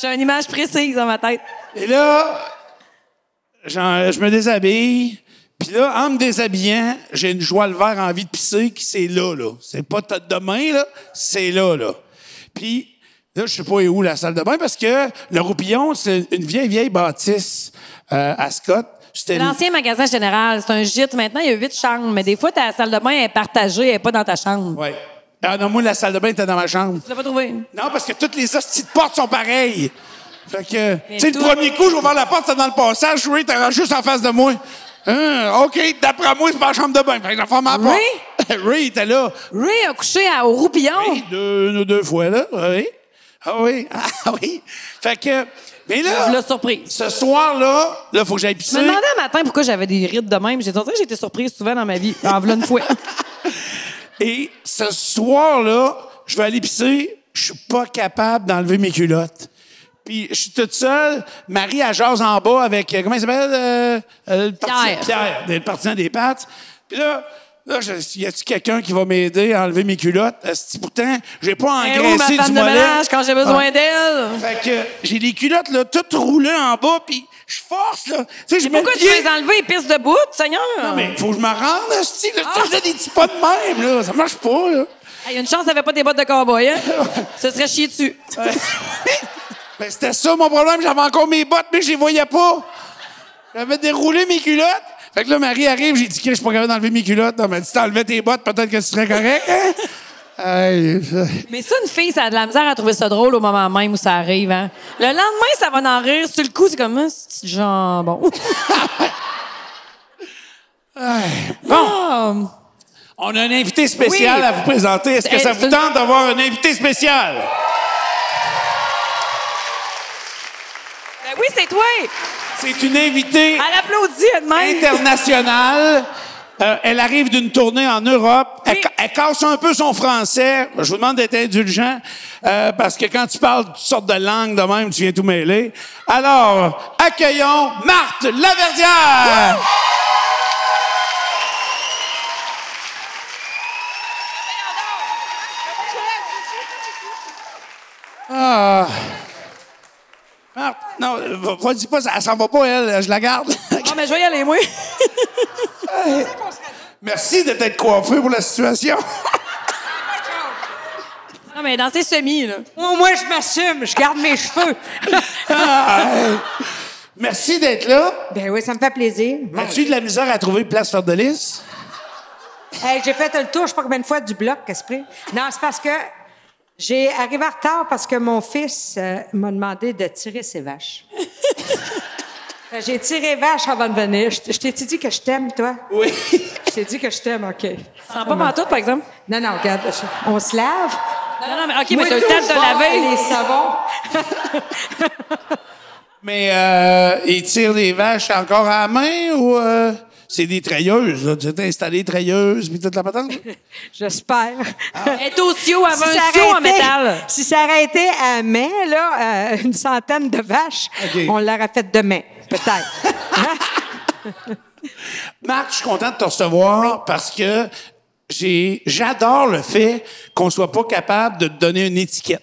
Speaker 2: J'ai une image précise dans ma tête.
Speaker 3: Et là, j'en- je me déshabille. Puis là, en me déshabillant, j'ai une joie le vert envie de pisser qui c'est là, là. C'est pas t- demain, là. C'est là, là. Puis là, je sais pas où la salle de bain parce que le Roupillon, c'est une vieille, vieille bâtisse euh, à Scott. C'était une-
Speaker 2: L'ancien magasin général, c'est un gîte. Maintenant, il y a huit chambres. Mais des fois, ta salle de bain est partagée, elle est pas dans ta chambre.
Speaker 3: Ouais. Ah non, moi, la salle de bain était dans ma chambre.
Speaker 2: Tu l'as pas trouvé?
Speaker 3: Non, parce que toutes les hosties de portes sont pareilles. Fait que, tu
Speaker 2: Mais
Speaker 3: sais, le
Speaker 2: tout-
Speaker 3: premier coup, j'ai ouvert la porte, c'était dans le passage, Ray, t'es juste en face de moi. Hein, OK, d'après moi, c'est pas la chambre de bain. Fait que j'ai fermé la porte. Ray était là.
Speaker 2: Ray a couché à, au roupillon.
Speaker 3: Hey, deux, deux fois, là. Oui. Ah oui. Ah oui. Fait que, mais là,
Speaker 2: Je l'ai surprise.
Speaker 3: ce soir-là, là, faut que j'aille
Speaker 2: Je
Speaker 3: pisser.
Speaker 2: me demandais un matin pourquoi j'avais des rides de même. J'ai dit, on dirait que j'ai été surprise souvent dans ma vie. En v'là une fois.
Speaker 3: Et ce soir-là, je vais aller pisser. Je suis pas capable d'enlever mes culottes. Puis je suis toute seule. Marie, elle jase en bas avec, euh, comment il s'appelle? euh, euh, le partisan-
Speaker 2: Pierre.
Speaker 3: Pierre, le partisan des pattes. Puis là, Là, je- y a-tu quelqu'un qui va m'aider à enlever mes culottes? Asti, Pourtant, j'ai pas
Speaker 2: Elle est où Eh oh, ma
Speaker 3: engraissé
Speaker 2: femme
Speaker 3: du
Speaker 2: de
Speaker 3: mollet.
Speaker 2: ménage quand j'ai besoin
Speaker 3: Ah.
Speaker 2: d'elle?
Speaker 3: Fait que j'ai les culottes là, toutes roulées en bas, puis je force là. Tu sais, je mets le
Speaker 2: Pourquoi tu
Speaker 3: pied.
Speaker 2: les enlever et pisse debout, Seigneur?
Speaker 3: Non, mais faut que je me rende, asti,
Speaker 2: Ah!
Speaker 3: là. Je te faisais des petits pas de même, là. Ça marche pas, là.
Speaker 2: Il y a une chance, elle avait pas des bottes de cowboy, hein? Ce serait chier dessus.
Speaker 3: Ben, c'était ça mon problème. J'avais encore mes bottes, mais je les voyais pas. J'avais déroulé mes culottes. Fait que là, Marie arrive, j'ai dit que je suis pas capable d'enlever mes culottes. Elle m'a dit, si t'enlevais tes bottes, peut-être que tu serais correct, hein? Aïe, ça-
Speaker 2: Mais ça, une fille, ça a de la misère à trouver ça drôle au moment même où ça arrive, hein? Le lendemain, ça va en rire. Sur le coup, c'est comme, Ah, c'est du jambon. bon.
Speaker 3: On a un invité spécial
Speaker 2: Oui.
Speaker 3: à vous présenter. Est-ce que
Speaker 2: Eh,
Speaker 3: ça
Speaker 2: c'est
Speaker 3: vous
Speaker 2: une-
Speaker 3: tente d'avoir un invité spécial?
Speaker 2: Ben oui, c'est toi!
Speaker 3: C'est une invitée
Speaker 2: Elle applaudit elle-même.
Speaker 3: internationale. Euh, elle arrive d'une tournée en Europe. Elle,
Speaker 2: Oui.
Speaker 3: ca- elle casse un peu son français. Je vous demande d'être indulgent euh, parce que quand tu parles toutes sortes de langues de même, tu viens tout mêler. Alors, accueillons Marthe Laverdière. Ah. Marthe, non, va, va- dis pas, ça- elle s'en va pas, elle. Je la garde.
Speaker 2: Ah, mais je vais y aller, moi.
Speaker 3: Merci de t'être coiffé pour la situation.
Speaker 2: Non, mais dans ses semis, là.
Speaker 4: Moi, moi, je m'assume, je garde mes cheveux.
Speaker 3: Ah, hey. Merci d'être là.
Speaker 4: ben oui, ça me fait plaisir.
Speaker 3: As-tu de la misère à trouver place Ferdelis?
Speaker 4: Hey, j'ai fait le tour, je sais pas combien de fois, du bloc, qu'est-ce que c'est? Non, c'est parce que j'ai arrivé en retard parce que mon fils euh, m'a demandé de tirer ses vaches. Fait que j'ai tiré vache avant de venir. Je, t- je t'ai-tu dit que je t'aime, toi?
Speaker 3: Oui.
Speaker 4: Je t'ai dit que je t'aime, OK.
Speaker 2: Sans pas pantoute, par exemple.
Speaker 4: Non, non, regarde, je- on se lave.
Speaker 2: Non, non, mais OK, mais
Speaker 4: Moi,
Speaker 2: t'as le
Speaker 4: tout,
Speaker 2: temps de
Speaker 4: je
Speaker 2: te
Speaker 4: barre Les
Speaker 2: laver.
Speaker 4: savons.
Speaker 3: Mais euh, ils tirent des vaches encore à la main ou euh, c'est des treilleuses? Là? Tu t'es installé treilleuse puis toute la patente?
Speaker 4: J'espère.
Speaker 2: Elle est au sio, elle veut
Speaker 4: Si
Speaker 2: un
Speaker 4: ça
Speaker 2: sio Ah. en
Speaker 4: aurait été-
Speaker 2: métal.
Speaker 4: Si ça aurait été à main, là, euh, une centaine de vaches,
Speaker 3: OK.
Speaker 4: on l'aurait fait demain, peut-être.
Speaker 3: Marc, je suis content de te recevoir parce que j'ai, j'adore le fait qu'on soit pas capable de te donner une étiquette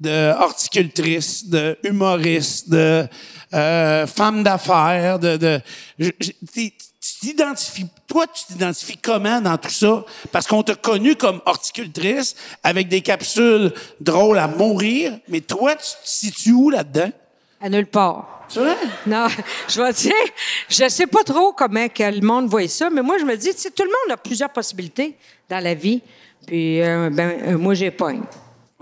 Speaker 3: de horticultrice, de humoriste, de euh, femme d'affaires, de, de je- je- t'es- tu t'identifies, toi, tu t'identifies comment dans tout ça? Parce qu'on t'a connu comme horticultrice avec des capsules drôles à mourir, mais toi, tu te situes où là-dedans?
Speaker 4: à nulle part.
Speaker 3: Tu vois?
Speaker 4: Non, je vais dire, je sais pas trop comment que le monde voit ça, mais moi, je me dis, tu sais, tout le monde a plusieurs possibilités dans la vie. Puis, euh, ben, euh, moi, j'ai pas une.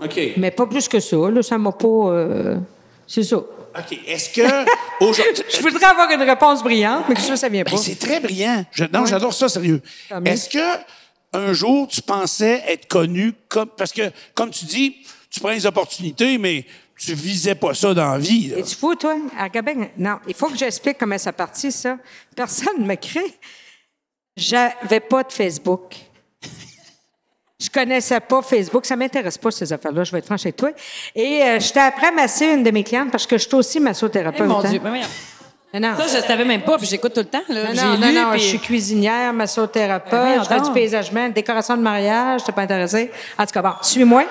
Speaker 3: OK.
Speaker 4: Mais pas plus que ça, là, ça m'a pas... euh, c'est ça.
Speaker 3: OK. Est-ce que aujourd'hui.
Speaker 4: Je voudrais avoir une réponse brillante, mais que ça, ça vient
Speaker 3: Ben,
Speaker 4: pas.
Speaker 3: c'est très brillant. Je- non, j'adore ça, sérieux.
Speaker 4: Tant mieux.
Speaker 3: Est-ce que un jour tu pensais être connu comme parce que comme tu dis, tu prends les opportunités, mais tu visais pas ça dans la vie. là.
Speaker 4: Et tu fous, toi? À Québec? Non, il faut que j'explique comment ça partit, ça. Personne ne me crée. J'avais pas de Facebook. Je connaissais pas Facebook. Ça m'intéresse pas, ces affaires-là. Je vais être franche avec toi. Et euh, j'étais après à masser une de mes clientes parce que je suis aussi massothérapeute.
Speaker 2: Eh, mon
Speaker 4: hein.
Speaker 2: Dieu. Mais voyons.
Speaker 4: Non, non.
Speaker 2: Ça, je savais même pas, puis j'écoute tout le temps. Là.
Speaker 4: Non,
Speaker 2: J'ai
Speaker 4: non,
Speaker 2: lu,
Speaker 4: non, non,
Speaker 2: puis-
Speaker 4: je suis cuisinière,
Speaker 2: Ben
Speaker 4: massothérapeute,
Speaker 2: voyons
Speaker 4: je fais du
Speaker 2: donc.
Speaker 4: paysagement, décoration de mariage, t'es pas intéressée. En tout cas, bon, suis-moi.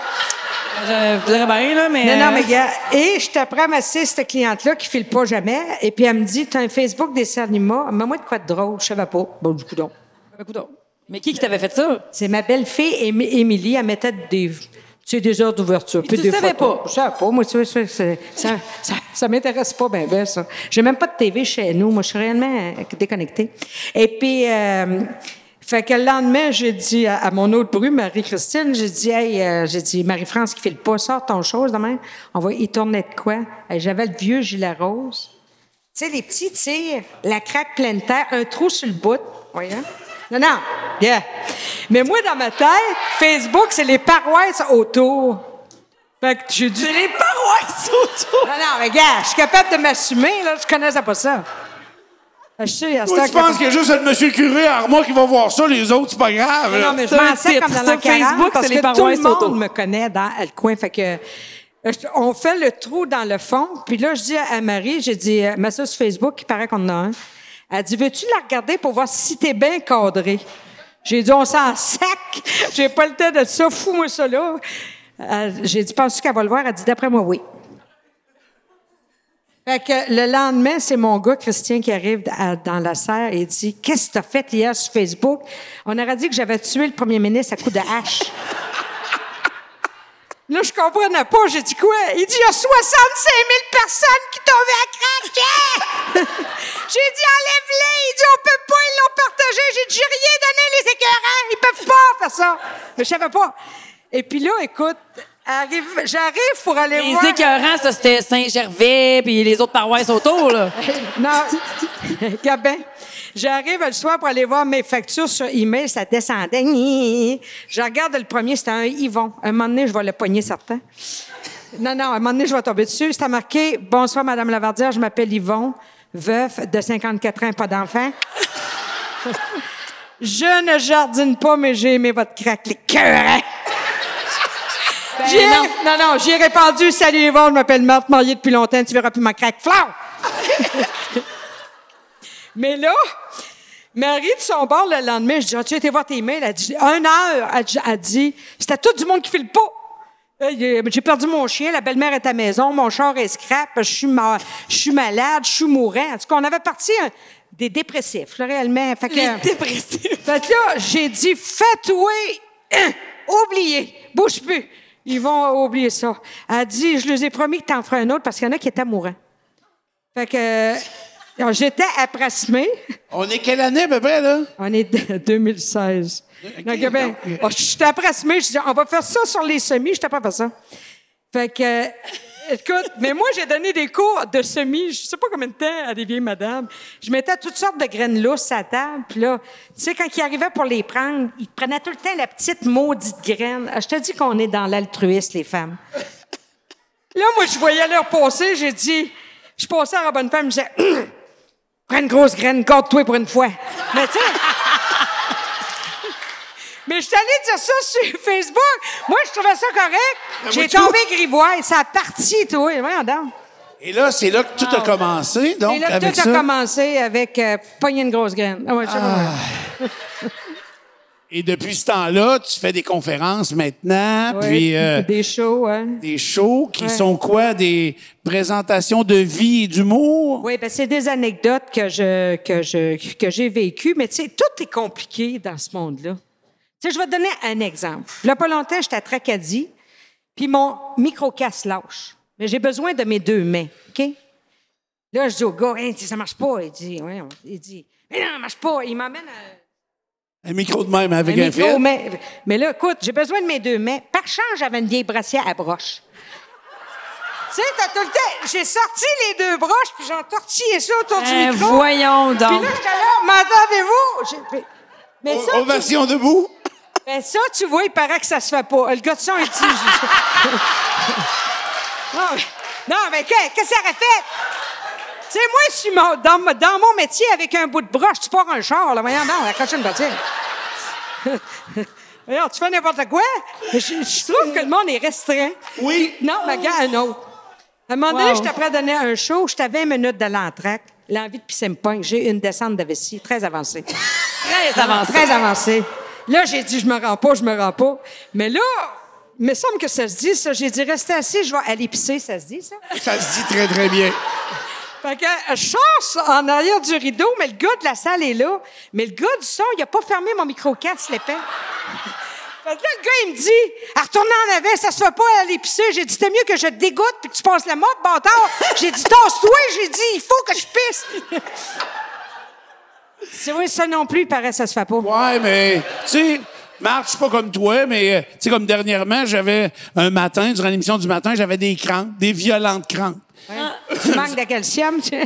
Speaker 2: Je voudrais bien, là, mais...
Speaker 4: Non, non, mais gars, et je t'apprends à masser cette cliente-là qui file pas jamais, et puis elle me dit, t'as un Facebook des Cernima, mets-moi de quoi de drôle, je savais pas. Bon, du coup, donc.
Speaker 2: Ben, coudonc. Mais qui qui t'avait fait ça?
Speaker 4: C'est ma belle-fille, Émi- Émilie, elle mettait des, tu sais, des heures d'ouverture.
Speaker 2: tu
Speaker 4: des
Speaker 2: savais
Speaker 4: photos.
Speaker 2: pas?
Speaker 4: Je savais pas, moi, tu sais, ça, c'est- ça, ça, ça m'intéresse pas, ben, ben, ça. J'ai même pas de TV chez nous, moi, je suis réellement euh, déconnectée. Et puis, euh, fait que le lendemain, j'ai dit à, à mon autre bru, Marie-Christine, j'ai dit, hey, euh, j'ai dit, Marie-France qui fait le pas, sort ton chose demain, on va y tourner de quoi? Hey, J'avais le vieux gilet rose. Tu sais, les petits tirs, la craque pleine terre, un trou sur le bout. Voyons. Non, non. Yeah. Mais moi, dans ma tête, Facebook, c'est les paroisses autour. Fait que j'ai dit.
Speaker 2: C'est les paroisses autour!
Speaker 4: Non, non, mais gars, je suis capable de m'assumer, là. Je connaissais pas ça. Je sais, à ce
Speaker 3: Toi, tu penses qu'il y a juste le monsieur le curé à Armand qui va voir ça, les autres, c'est pas grave. là.
Speaker 4: Non, mais je
Speaker 2: C'est un
Speaker 4: m'en sais
Speaker 2: titre,
Speaker 4: comme dans
Speaker 2: ça,
Speaker 4: l'an 40,
Speaker 2: Facebook,
Speaker 4: parce
Speaker 2: c'est
Speaker 4: que
Speaker 2: les paroisses
Speaker 4: tout le
Speaker 2: autour.
Speaker 4: monde me connaît dans le coin. Fait que, euh, je- on fait le trou dans le fond. Puis là, je dis à Marie, j'ai dit, euh, mets ça sur Facebook, il paraît qu'on en a un. Elle dit, veux-tu la regarder pour voir si t'es bien cadré? J'ai dit, on s'en sac. J'ai pas le temps de ça. Fous-moi ça là. Euh, J'ai dit, penses-tu qu'elle va le voir? Elle dit, d'après moi, oui. Fait que le lendemain, c'est mon gars, Christian, qui arrive à- dans la serre et dit Qu'est-ce que t'as fait hier sur Facebook On aurait dit que j'avais tué le premier ministre à coups de hache. Là, je comprenais pas. J'ai dit quoi? Il dit, il y a 65 000 personnes qui tombaient à craquer! j'ai dit, enlève-les! Il dit, on peut pas, ils l'ont partagé. J'ai dit, j'ai rien donné, les écœurants. Ils peuvent pas faire ça. Mais je savais pas. Et puis là, écoute, arrive- j'arrive pour aller voir...
Speaker 2: Les écœurants, ça, c'était Saint-Gervais, puis les autres paroisses autour, là.
Speaker 4: non, Gabin. J'arrive le soir pour aller voir mes factures sur email, ça descendait. Gni. Je regarde le premier, c'était un Yvon. Un moment donné, je vais le pogner certain. Non, non, un moment donné, je vais tomber dessus. C'était marqué Bonsoir, Madame Lavardière, je m'appelle Yvon, veuf de 54 ans, pas d'enfant. je ne jardine pas, mais j'ai aimé votre craque, les cœurs. hein? J'ai-
Speaker 2: Ben non.
Speaker 4: non. non, j'ai répondu Salut Yvon, je m'appelle Marthe, mariée depuis longtemps, tu verras plus ma craque. Flau! Mais là, Marie, de son bord, le lendemain, je dis, as-tu été voir tes mails? Elle dit, une heure. Elle dit- Elle dit, c'était tout du monde qui file pas. Euh, il- J'ai perdu mon chien, la belle-mère est à la maison, mon char est scrap, je suis, ma- je suis malade, je suis mourant. En tout cas, on avait parti hein, des dépressifs, là, réellement. Fait que,
Speaker 2: Les dépressifs.
Speaker 4: fait que là, j'ai dit, fatoué, oubliez, bouge plus. Ils vont oublier ça. Elle dit, je leur ai promis que t'en ferais un autre parce qu'il y en a qui étaient mourants. Fait que alors, j'étais apprasmée.
Speaker 3: On est quelle année, à peu près, là?
Speaker 4: On est de- 2016. Donc, ben,
Speaker 3: donc-
Speaker 4: oh, je suis apprasmée. Je dis, on va faire ça sur les semis. Je t'ai pas fait ça. Fait que, euh, écoute, mais moi, j'ai donné des cours de semis, je sais pas combien de temps, à des vieilles madames. Je mettais toutes sortes de graines lousses à table. Puis là, tu sais, quand ils arrivaient pour les prendre, ils prenaient tout le temps la petite maudite graine. Ah, Je te dis qu'on est dans l'altruisme, les femmes. Là, moi, je voyais l'heure passer. J'ai dit, je passais à la bonne femme. Je disais, Hum, prends une grosse graine, garde-toi pour une fois. Mais tu sais... Mais je suis allée dire ça sur Facebook. Moi, je trouvais ça
Speaker 3: Ben,
Speaker 4: correct. J'ai tombé grivois. Ça a parti, toi. Voyons donc.
Speaker 3: Et là, c'est là que tout a commencé, donc,
Speaker 4: Et Ah, ben, là,
Speaker 3: avec
Speaker 4: tout
Speaker 3: ça.
Speaker 4: a commencé avec euh, pogner une grosse graine. Ah ouais, je sais pas.
Speaker 3: Et depuis ce temps-là, tu fais des conférences maintenant,
Speaker 4: Ouais.
Speaker 3: puis euh,
Speaker 4: Des shows, hein.
Speaker 3: des shows qui
Speaker 4: Ouais.
Speaker 3: sont quoi? Des présentations de vie et d'humour?
Speaker 4: Oui, ben c'est des anecdotes que je que je que j'ai vécues, mais tu sais, tout est compliqué dans ce monde-là. Tu sais, je vais te donner un exemple. Il y a pas longtemps, j'étais à Tracadie, puis mon micro-casse lâche. Mais j'ai besoin de mes deux mains, OK? Là, je dis au gars, Hein, ça marche pas. Il dit, ouais, on- il dit, mais non, ça marche pas. Il m'emmène à
Speaker 3: Un micro de même avec
Speaker 4: un
Speaker 3: un,
Speaker 4: micro,
Speaker 3: fil.
Speaker 4: mais, mais là, écoute, j'ai besoin de mes deux mains. Par chance, j'avais une vieille brassière à broche. tu sais, t'as tout le temps. J'ai sorti les deux broches, puis j'ai entortillé ça autour du
Speaker 2: Eh,
Speaker 4: micro.
Speaker 2: voyons
Speaker 4: Puis
Speaker 2: donc.
Speaker 4: là, j'étais là, m'entendez-vous? J'ai- puis- Mais ça,
Speaker 3: Aux
Speaker 4: tu,
Speaker 3: versions debout?
Speaker 4: mais Ben, ça, tu vois, il paraît que ça se fait pas. Le gars de son, il dit. je- non, mais, non, mais que- qu'est-ce que ça aurait fait? Tu sais, moi, je suis mon- dans, mon- dans mon métier avec un bout de broche, tu pars un char, là. Voyons, non, accroche une voiture. Voyons, tu fais n'importe quoi. Mais Je, je trouve que le monde est restreint.
Speaker 3: Oui.
Speaker 4: Non, mais gars, un autre. À un moment donné,
Speaker 2: Wow.
Speaker 4: je t'apprends à donner un show, je t'avais 20 minutes de l'entraque. L'envie de pisser me pogne. J'ai une descente de vessie très avancée.
Speaker 2: Très avancés.
Speaker 4: Très avancé. Là, j'ai dit, je me rends pas, je me rends pas. Mais là, il me semble que ça se dit, ça. J'ai dit, restez assis, je vais aller pisser, ça se dit, ça.
Speaker 3: Ça se dit très, très bien.
Speaker 4: Fait que euh, je sors en arrière du rideau, mais le gars de la salle est là. Mais le gars du son, il a pas fermé mon micro-casse, l'épais. Fait que là, le gars, il me dit, à retourner en avant, ça se fait pas aller pisser. J'ai dit, t'es mieux que je te dégoûte puis que tu passes la mode, bâtard. J'ai dit, tasse-toi. J'ai dit, il faut que je pisse. C'est vrai, ça non plus, il paraît, ça se fait pas.
Speaker 3: Ouais, mais, tu sais, Marc, je suis pas comme toi, mais, euh, tu sais, comme dernièrement, j'avais un matin, durant l'émission du matin, j'avais des crampes, des violentes crampes.
Speaker 4: Tu manques de calcium, tu
Speaker 3: Hein?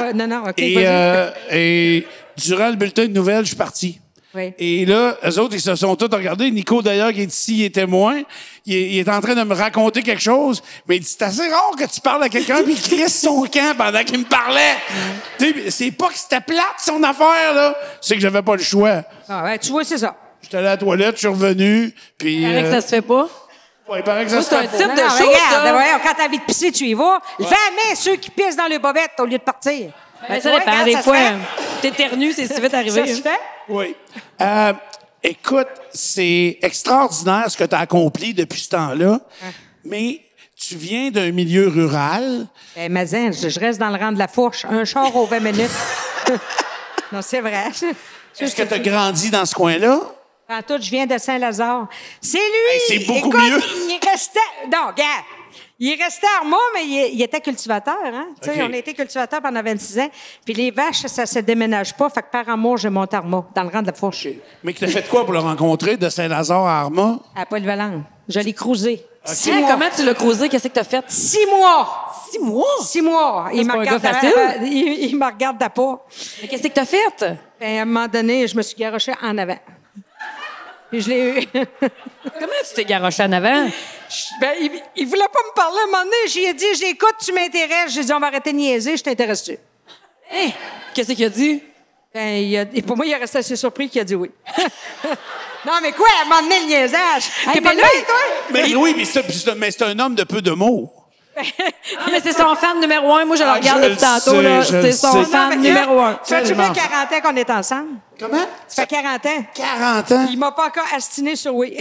Speaker 4: Euh, Non, non, OK,
Speaker 3: et,
Speaker 4: vas-y.
Speaker 3: euh, et durant le bulletin de nouvelles, je suis parti.
Speaker 4: Oui.
Speaker 3: Et là, eux autres, ils se sont tous regardés. Nico, d'ailleurs, qui est ici, il est témoin. Il est, il est en train de me raconter quelque chose. Mais il dit, c'est assez rare que tu parles à quelqu'un puis il crisse son camp pendant qu'il me parlait. Tu sais, c'est pas que c'était plate, son affaire, là. C'est que j'avais pas le choix.
Speaker 4: Ah, ouais, tu vois, c'est ça.
Speaker 3: J'étais allé à la toilette, je suis revenu, puis... euh,
Speaker 2: Paraît que ça se fait pas.
Speaker 3: ouais, il paraît que ça
Speaker 2: Moi,
Speaker 3: se
Speaker 2: c'est
Speaker 3: fait
Speaker 2: un
Speaker 3: pas.
Speaker 2: type-
Speaker 4: Non,
Speaker 2: de
Speaker 4: non,
Speaker 2: show,
Speaker 4: regarde, ben
Speaker 2: ça.
Speaker 4: voyons, quand t'as envie de pisser, tu y vas. Levez la main ceux qui pissent dans le bobette au lieu de partir.
Speaker 2: Ben,
Speaker 4: Ben,
Speaker 2: ça
Speaker 4: tu vois,
Speaker 2: dépend.
Speaker 4: regarde,
Speaker 2: Des
Speaker 4: ça se
Speaker 2: fois,
Speaker 4: fait.
Speaker 2: hein. t'éternues, c'est si vite
Speaker 4: Ça
Speaker 2: arrivé.
Speaker 4: se fait.
Speaker 3: Oui. Euh, Écoute, c'est extraordinaire ce que tu as accompli depuis ce temps-là, mais tu viens d'un milieu rural.
Speaker 4: Ben, Mazin, je, je reste dans le rang de la fourche. Un char aux 20 minutes. non, c'est vrai.
Speaker 3: Est-ce que tu as grandi dans ce coin-là?
Speaker 4: En tout, je viens de Saint-Lazare. C'est lui!
Speaker 3: c'est beaucoup
Speaker 4: Écoute,
Speaker 3: mieux.
Speaker 4: Il restait. Non, regarde! Il restait à Armand, mais il, il était cultivateur. Hein? Tu sais,
Speaker 3: OK.
Speaker 4: On a été cultivateur pendant 26 ans. Puis les vaches, ça se déménage pas. Fait que par amour, je monte à Armand, dans le rang de la fourche.
Speaker 3: Mais que tu as fait quoi pour le rencontrer de Saint-Lazare à Arma?
Speaker 4: À Paul Valente. Je l'ai cruisé. Six
Speaker 2: Hein,
Speaker 4: mois.
Speaker 2: comment tu l'as creusé? Qu'est-ce que t'as fait?
Speaker 4: Six mois!
Speaker 2: Six mois?
Speaker 4: Six mois!
Speaker 2: c'est
Speaker 4: Il me
Speaker 2: pas un
Speaker 4: regarde
Speaker 2: gars
Speaker 4: d'avant-
Speaker 2: facile.
Speaker 4: Il, il me regarde d'à pas.
Speaker 2: Mais qu'est-ce que t'as fait?
Speaker 4: Ben, à un moment donné, je me suis garochée en avant. Puis je l'ai eu.
Speaker 2: Comment tu t'es garoché en avant?
Speaker 4: Je- ben, il, il voulait pas me parler à un moment donné. J'ai dit, j'écoute, tu m'intéresses. J'ai dit, on va arrêter de niaiser, je t'intéresse-tu?
Speaker 2: Hein? Qu'est-ce qu'il a dit?
Speaker 4: Ben, il a- et pour moi, il est resté assez surpris qu'il a dit oui. non, mais quoi, à un moment donné, le niaisage?
Speaker 2: Hey,
Speaker 4: T'es
Speaker 2: mais
Speaker 4: pas
Speaker 2: là,
Speaker 4: là, toi?
Speaker 3: Mais Ben oui, mais c'est- c'est mais c'est un homme de peu de mots.
Speaker 2: Ah, mais c'est son fan numéro un. Moi, je le
Speaker 3: Ah,
Speaker 2: regarde
Speaker 3: je
Speaker 2: depuis
Speaker 3: le
Speaker 2: tantôt.
Speaker 3: sais,
Speaker 2: là.
Speaker 3: je le
Speaker 2: C'est son
Speaker 3: sais.
Speaker 2: fan numéro un.
Speaker 4: Ça fait
Speaker 3: Tellement.
Speaker 4: 40 ans qu'on est ensemble.
Speaker 3: Comment?
Speaker 4: Ça fait 40 ans.
Speaker 3: 40 ans.
Speaker 4: Il m'a pas encore astiné sur oui.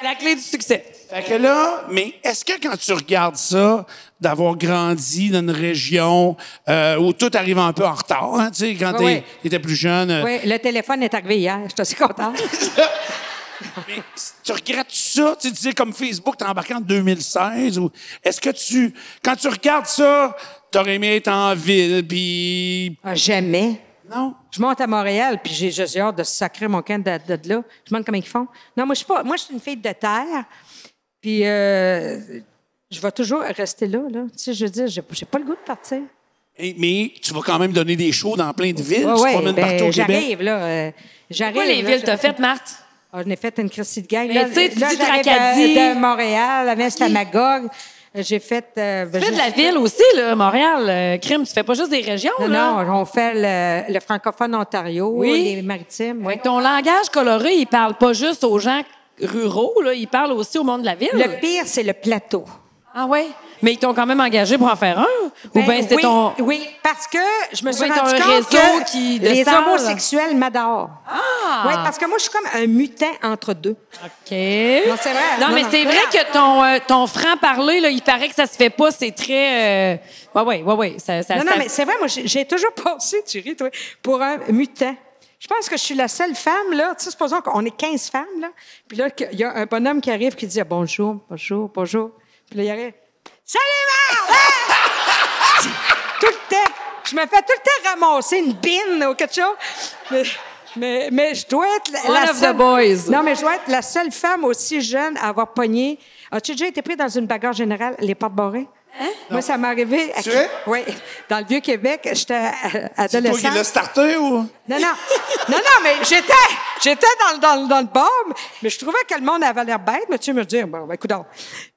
Speaker 2: La clé du succès.
Speaker 3: Fait que là, mais est-ce que quand tu regardes ça, d'avoir grandi dans une région euh, où tout arrive un peu en retard, hein, tu sais, quand
Speaker 4: Oui,
Speaker 3: t'es-
Speaker 4: oui.
Speaker 3: t'étais plus jeune, euh,
Speaker 4: oui, le téléphone est arrivé hier. Je suis assez contente.
Speaker 3: mais tu regrettes ça? Tu sais, tu sais, comme Facebook, t'es embarqué en 2016, ou est-ce que tu, quand tu regardes ça, t'aurais aimé être en ville, puis
Speaker 4: Ah, jamais.
Speaker 3: non?
Speaker 4: Je monte à Montréal, puis j'ai juste hâte de sacrer mon camp de, de- de là. Je me demande comment ils font. Non, moi, je suis pas. Moi, je suis une fille de terre, puis euh, je vais toujours rester là. là. Tu sais, je veux dire, j'ai j'ai pas le goût de partir.
Speaker 3: Et- mais tu vas quand même donner des shows dans plein de villes,
Speaker 4: Ouais,
Speaker 3: tu te
Speaker 4: ouais,
Speaker 3: promènes
Speaker 4: ben,
Speaker 3: partout au Québec.
Speaker 4: J'arrive, là. euh, j'arrive.
Speaker 2: Pourquoi les
Speaker 4: là,
Speaker 2: villes
Speaker 4: je-
Speaker 2: t'as faites, Marthe?
Speaker 4: Ah, J'en ai fait une Christie de gang.
Speaker 2: Mais
Speaker 4: là,
Speaker 2: tu sais, tu
Speaker 4: là,
Speaker 2: dis
Speaker 4: j'arrive
Speaker 2: Tracadie.
Speaker 4: De, de Montréal, avant, c'était à Magog. J'ai fait. euh, ben,
Speaker 2: Tu fais
Speaker 4: j'ai-
Speaker 2: de la ville aussi, là, Montréal. Euh, crime, tu fais pas juste des régions,
Speaker 4: Non,
Speaker 2: là.
Speaker 4: non, on fait le, le francophone Ontario,
Speaker 2: Oui.
Speaker 4: les maritimes. oui.
Speaker 2: Fait que ton langage coloré, il parle pas juste aux gens ruraux, là, il parle aussi au monde de la ville.
Speaker 4: Le pire, c'est le plateau.
Speaker 2: Ah ouais? Mais ils t'ont quand même engagé pour en faire un? Ou bien c'était
Speaker 4: Ben oui,
Speaker 2: ton...
Speaker 4: Oui, parce que je me
Speaker 2: Ou
Speaker 4: suis
Speaker 2: ben,
Speaker 4: rendu
Speaker 2: t'as un
Speaker 4: compte
Speaker 2: réseau
Speaker 4: que
Speaker 2: qui- de
Speaker 4: les
Speaker 2: salles.
Speaker 4: homosexuels m'adorent.
Speaker 2: Ah!
Speaker 4: Oui, parce que moi, je suis comme un mutant entre deux.
Speaker 2: OK.
Speaker 4: Non, c'est vrai.
Speaker 2: Non,
Speaker 4: Non,
Speaker 2: mais
Speaker 4: non,
Speaker 2: c'est
Speaker 4: c'est
Speaker 2: vrai
Speaker 4: vrai.
Speaker 2: que ton, euh, ton franc-parler, là, il paraît que ça se fait pas, c'est très... euh, Ouais, ouais, ouais, ouais. Ça, ça,
Speaker 4: non, non,
Speaker 2: ça-
Speaker 4: mais c'est vrai, moi, j'ai j'ai toujours pensé, tu ris, toi, pour un mutant. Je pense que je suis la seule femme, là, tu sais, supposons qu'on est 15 femmes, là, puis là, qu'il y a un bonhomme qui arrive qui dit bonjour, bonjour, bonjour. Puis là, il arrive, salut, Marc! Hein? tout le temps. Je me fais tout le temps ramasser une bine ou quelque chose. Mais, mais, mais je dois être la,
Speaker 2: One
Speaker 4: la
Speaker 2: of the
Speaker 4: seule...
Speaker 2: boys.
Speaker 4: Non, mais je dois être la seule femme aussi jeune à avoir pogné. As-tu déjà été pris dans une bagarre générale, les portes barrées? Moi, ça m'est arrivé. à-
Speaker 3: Tu es?
Speaker 4: Oui. Dans le Vieux-Québec, j'étais euh,
Speaker 3: Toi qui
Speaker 4: adolescente.
Speaker 3: l'as starté ou?
Speaker 4: Non, non. Non, non, mais j'étais, j'étais dans, le- dans, le- dans le bar, mais je trouvais que le monde avait l'air bête, mais tu sais, me dire, bon, ben, coudonc.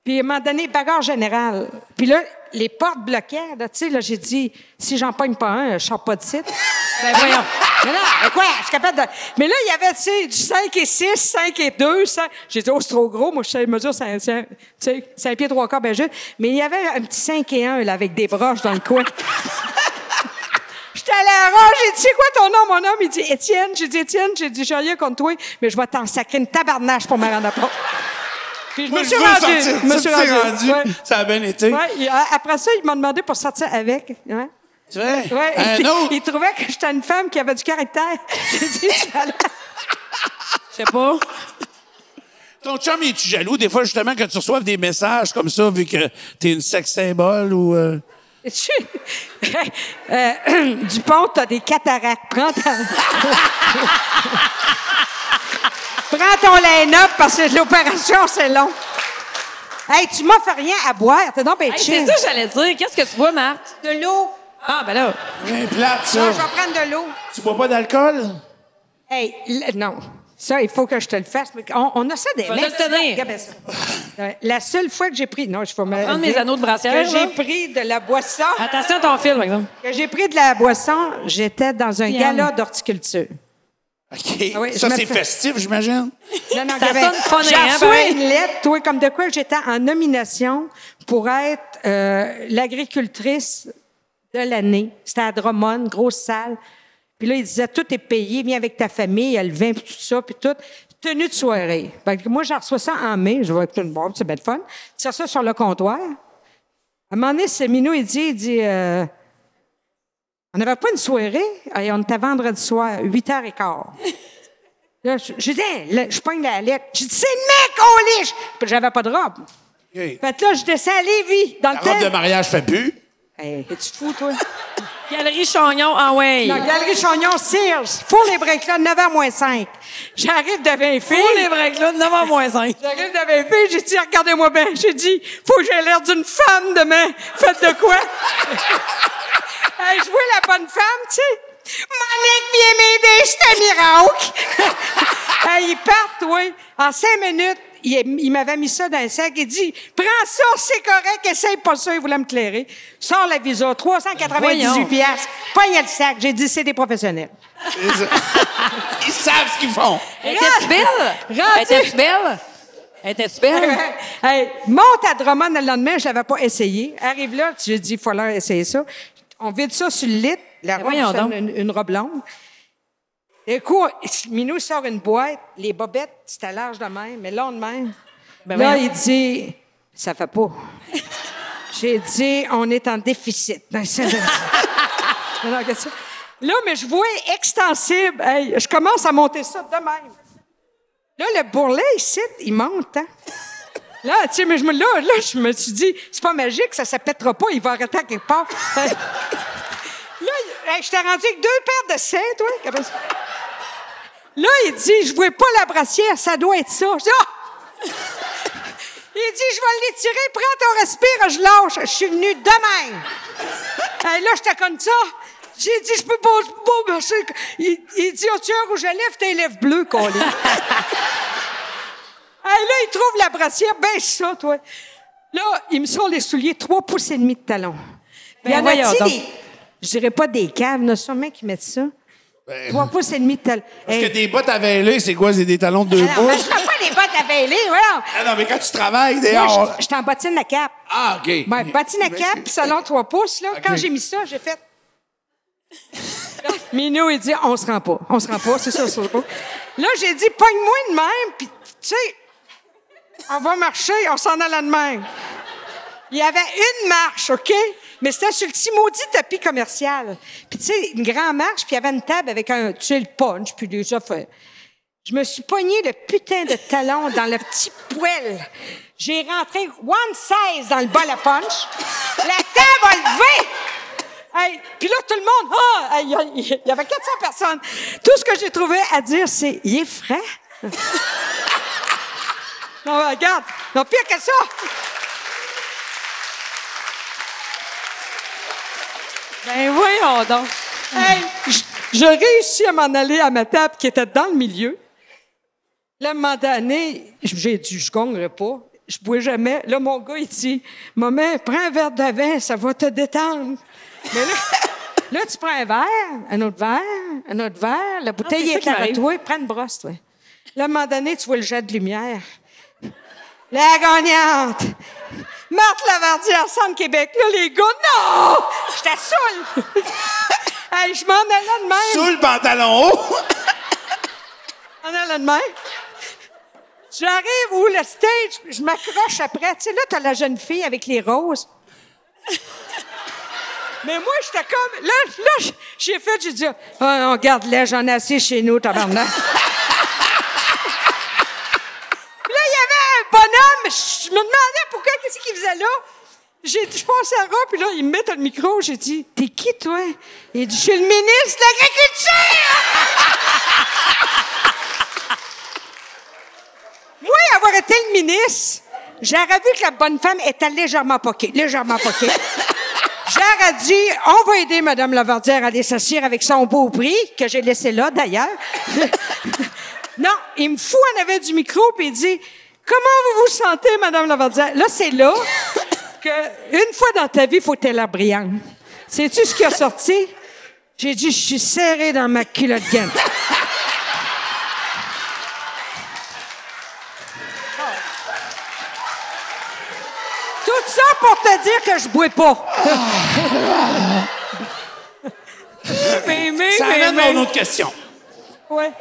Speaker 4: Puis, à un moment donné, bagarre générale. Puis là, les portes bloquaient, là, tu sais, là, j'ai dit, si j'en pogne pas un, je sors pas de site.
Speaker 2: Ben voyons.
Speaker 4: Mais non, mais quoi, je suis capable de. Mais là, il y avait, tu sais, du 5 et 6, 5 et 2, 5. J'ai dit, oh, c'est trop gros. Moi, je sais, mesure 5, tu sais, 5 pieds, 3 quarts, ben juste. Mais il y avait un petit 5 et 1, là, avec des broches dans le coin. J'étais à la roche, j'ai dit, c'est quoi ton nom, mon homme? Il dit, Étienne. J'ai dit, Étienne, j'ai dit, j'ai rien contre toi, mais je vais t'en sacrer une tabarnache pour me rendre à propre. Puis je me
Speaker 3: Moi,
Speaker 4: suis
Speaker 3: veux
Speaker 4: rendue.
Speaker 3: sortir.
Speaker 4: Je me
Speaker 3: Ça,
Speaker 4: suis
Speaker 3: tu t'es
Speaker 4: rendue.
Speaker 3: rendu.
Speaker 4: Ouais.
Speaker 3: Ça a bien été.
Speaker 4: Ouais, il- a- après ça, il m'a demandé pour sortir avec. hein. Ouais.
Speaker 3: Tu Euh, vois?
Speaker 4: Ouais,
Speaker 3: Un
Speaker 4: il,
Speaker 3: autre.
Speaker 4: il trouvait que j'étais une femme qui avait du caractère. J'ai dit, ça allait.
Speaker 2: Je sais pas.
Speaker 3: Ton chum, est tu jaloux des fois, justement, que tu reçoives des messages comme ça, vu que t'es une sex symbole ou... euh,
Speaker 4: Tu- Euh, Dupont, t'as des cataractes. Prends ton... Prends ton line-up parce que l'opération, c'est long. Hey, tu m'offres rien à boire. T'es donc bien
Speaker 2: Hey, c'est
Speaker 4: chill.
Speaker 2: ça que j'allais dire. Qu'est-ce que tu bois, Marthe?
Speaker 4: De l'eau.
Speaker 2: Ah, ben là...
Speaker 3: bien plate, ça.
Speaker 4: Non, je vais prendre de l'eau.
Speaker 3: Tu bois pas d'alcool?
Speaker 4: Hey, l- non. Ça, il faut que je te le fasse. Mais On, on a ça des
Speaker 2: Faut te le tenir.
Speaker 4: Regarde bien ça. Ouais, La seule fois que j'ai pris. Non, je vais me.
Speaker 2: prendre mes anneaux de brassière,
Speaker 4: Que
Speaker 2: là.
Speaker 4: j'ai pris de la boisson.
Speaker 2: Attention à ton fil, par exemple.
Speaker 4: Que j'ai pris de la boisson, j'étais dans un
Speaker 2: Diane.
Speaker 4: gala d'horticulture.
Speaker 3: OK.
Speaker 4: Ah oui,
Speaker 3: ça,
Speaker 4: je me
Speaker 3: c'est
Speaker 4: fais-
Speaker 3: festif, j'imagine.
Speaker 4: Non, non,
Speaker 2: Ça
Speaker 4: Gabin,
Speaker 2: sonne funny,
Speaker 4: j'ai
Speaker 2: hein,
Speaker 4: reçu
Speaker 2: pareil.
Speaker 4: une lettre, toi, comme de quoi j'étais en nomination pour être euh, l'agricultrice de l'année. C'était à Drummond, grosse salle. Puis là, il disait, tout est payé, viens avec ta famille, il y a le vin, puis tout ça, puis tout. Tenue de soirée. Fait que moi, j'en reçois ça en mai. Je vais avec tout le monde, c'est bien le fun. Tire ça sur le comptoir. À un moment donné, c'est Minou, il dit, il dit, euh, on n'avait pas une soirée. Et on était vendredi soir, 8h15. Là, je, je dis, Hein, là, je pogne la lettre. Je dis, c'est mec, au liche! Puis j'avais pas de robe.
Speaker 3: OK.
Speaker 4: Fait que là, je descends à Lévis, dans le
Speaker 3: La robe de mariage fait plus.
Speaker 4: Hey, es-tu fou, toi?
Speaker 2: Galerie Chagnon, ah ouais.
Speaker 4: La galerie Chagnon, Sears, Faut les breaks là, 9 h moins 5. J'arrive devant les filles.
Speaker 2: Pour les breaks là, 9 h moins 5.
Speaker 4: J'arrive devant les filles, j'ai dit, regardez-moi bien. J'ai dit, faut que j'ai l'air d'une femme demain. Faites de quoi? Hey, je vois la bonne femme, tu sais. Monique vient m'aider, c'est un miracle. hey, ils partent, oui. En cinq minutes, il, est- il m'avait mis ça dans un sac. Il dit, prends ça, c'est correct, essaye pas ça. Il voulait me clairer. Sors la visa, 398
Speaker 2: Voyons.
Speaker 4: piastres. Pogne le sac. J'ai dit, c'est des professionnels.
Speaker 3: Ils savent ce qu'ils font.
Speaker 2: Elle était-tu belle?
Speaker 4: Rendu-
Speaker 2: Elle était-tu belle? Elle était-tu belle?
Speaker 4: Hey, monte à Drummond le lendemain, je l'avais pas essayé. Arrive là, j'ai dit, il faut leur essayer ça. On vide ça sur le lit, la robe,
Speaker 2: voyons
Speaker 4: c'est une,
Speaker 2: donc.
Speaker 4: une robe longue. Et coup, Minou sort une boîte, les bobettes, c'était large de même, mais long de même.
Speaker 2: Ben
Speaker 4: là,
Speaker 2: voyons.
Speaker 4: il dit, ça fait pas. j'ai dit, on est en déficit. Non, c'est- Non, non, qu'est-ce que c'est? Là, mais je vois extensible. Hey, je commence à monter ça de même. Là, le bourrelet, ici, il monte, hein? Là, tu sais, mais je me, là, là, je me suis dit, c'est pas magique, ça ne pètera pas, il va arrêter à quelque part. là, il- hey, je t'ai rendu avec deux paires de seins, toi. Comment ça? Là, il dit, je ne vois pas la brassière, ça doit être ça. Je dis, ah! Il dit, je vais l'étirer, prends ton respire, je lâche. Je suis venue demain. Hey, là, j'étais comme ça. J'ai dit, je peux pas, je peux pas marcher. Il, il dit, oh, tu as un rouge à lèvres, tes lèvres bleues, qu'on Hey, là, il trouve la brassière, ben ça, toi. Là, il me sort les souliers, trois pouces et demi de talon.
Speaker 2: Ben,
Speaker 4: il y en
Speaker 2: voyons
Speaker 4: a-t-il
Speaker 2: donc.
Speaker 4: des- Je dirais pas des caves, là, sûrement qui mettent ça. Trois pouces et demi de talon.
Speaker 3: Ben, Parce
Speaker 4: Hey.
Speaker 3: que des bottes à vêler, c'est quoi? C'est des talons de deux
Speaker 4: Alors, ben, je
Speaker 3: pouces?
Speaker 4: prends pas des bottes à vêler, voyons.
Speaker 3: Ah non, mais quand tu travailles,
Speaker 4: Moi,
Speaker 3: d'ailleurs...
Speaker 4: je- je t'en bottine la cape.
Speaker 3: Ah, OK.
Speaker 4: Ben, patine à cap, puis salon trois pouces, là. Quand
Speaker 3: Ok.
Speaker 4: j'ai mis ça, j'ai fait. Minou, il dit, on se rend pas. On se rend pas, c'est ça, c'est pas. Là, j'ai dit, pogne-moi de même, puis tu sais, on va marcher, on s'en allait de même. Il y avait une marche, OK? Mais c'était sur le petit maudit tapis commercial. Puis, tu sais, une grande marche, puis il y avait une table avec un, tu sais, le punch, puis des affaires. Je me suis pogné le putain de talon dans le petit poêle. J'ai rentré one size dans le bol à punch. La table a levé! Hey, puis là, tout le monde, ah! Hey, il y a- il y avait 400 personnes. Tout ce que j'ai trouvé à dire, c'est il est frais. non, mais regarde, non, pire que ça!
Speaker 2: Ben voyons donc.
Speaker 4: Hey, je- je réussis à m'en aller à ma table qui était dans le milieu. Là, à un moment donné, j'ai dit, je gagnerai pas. Je bois jamais. Là, mon gars, il dit, Maman, prends un verre de vin, ça va te détendre. Mais là, là, tu prends un verre, un autre verre, un autre verre, la
Speaker 2: Ah, c'est
Speaker 4: bouteille
Speaker 2: ça
Speaker 4: est
Speaker 2: qui
Speaker 4: là à
Speaker 2: m'arrive.
Speaker 4: toi, prends une brosse, toi. Là, à un moment donné, tu vois le jet de lumière. La gagnante! Marthe Lavardière, Centre Québec. Là, les gars, non! J'étais saoule! hey, je m'en allais de même.
Speaker 3: Sous le pantalon haut!
Speaker 4: On a le même. J'arrive où le stage, je m'accroche après. Tu sais, là, t'as la jeune fille avec les roses. Mais moi, j'étais comme. Là, là j- j'ai fait, j'ai dit, Ah, on garde les j'en ai assez chez nous, tabarnak. Puis là, il y avait un bonhomme, je me demandais pourquoi, qu'est-ce qu'il faisait là. J'ai dit, je pense à Ra, puis là, il me met dans le micro, j'ai dit, t'es qui, toi? Il dit, je suis le ministre de l'Agriculture! Moi, avoir été le ministre, j'aurais vu que la bonne femme était légèrement poquée, légèrement poquée. J'aurais dit, on va aider Mme Lavardière à aller s'asseoir avec son beau prix, que j'ai laissé là, d'ailleurs. non, il me fout en avait du micro, puis il dit, comment vous vous sentez, Mme Lavardière? Là, c'est là que, une fois dans ta vie, faut que t'aies l'air brillante. Sais-tu ce qui a sorti? J'ai dit, je suis serré dans ma culotte gaine. Tout ça pour
Speaker 3: Ah.
Speaker 4: te dire que je bois pas.
Speaker 2: Mais, mais,
Speaker 3: ça
Speaker 2: mais-
Speaker 3: amène
Speaker 2: mais-
Speaker 3: à une autre question.
Speaker 4: Ouais.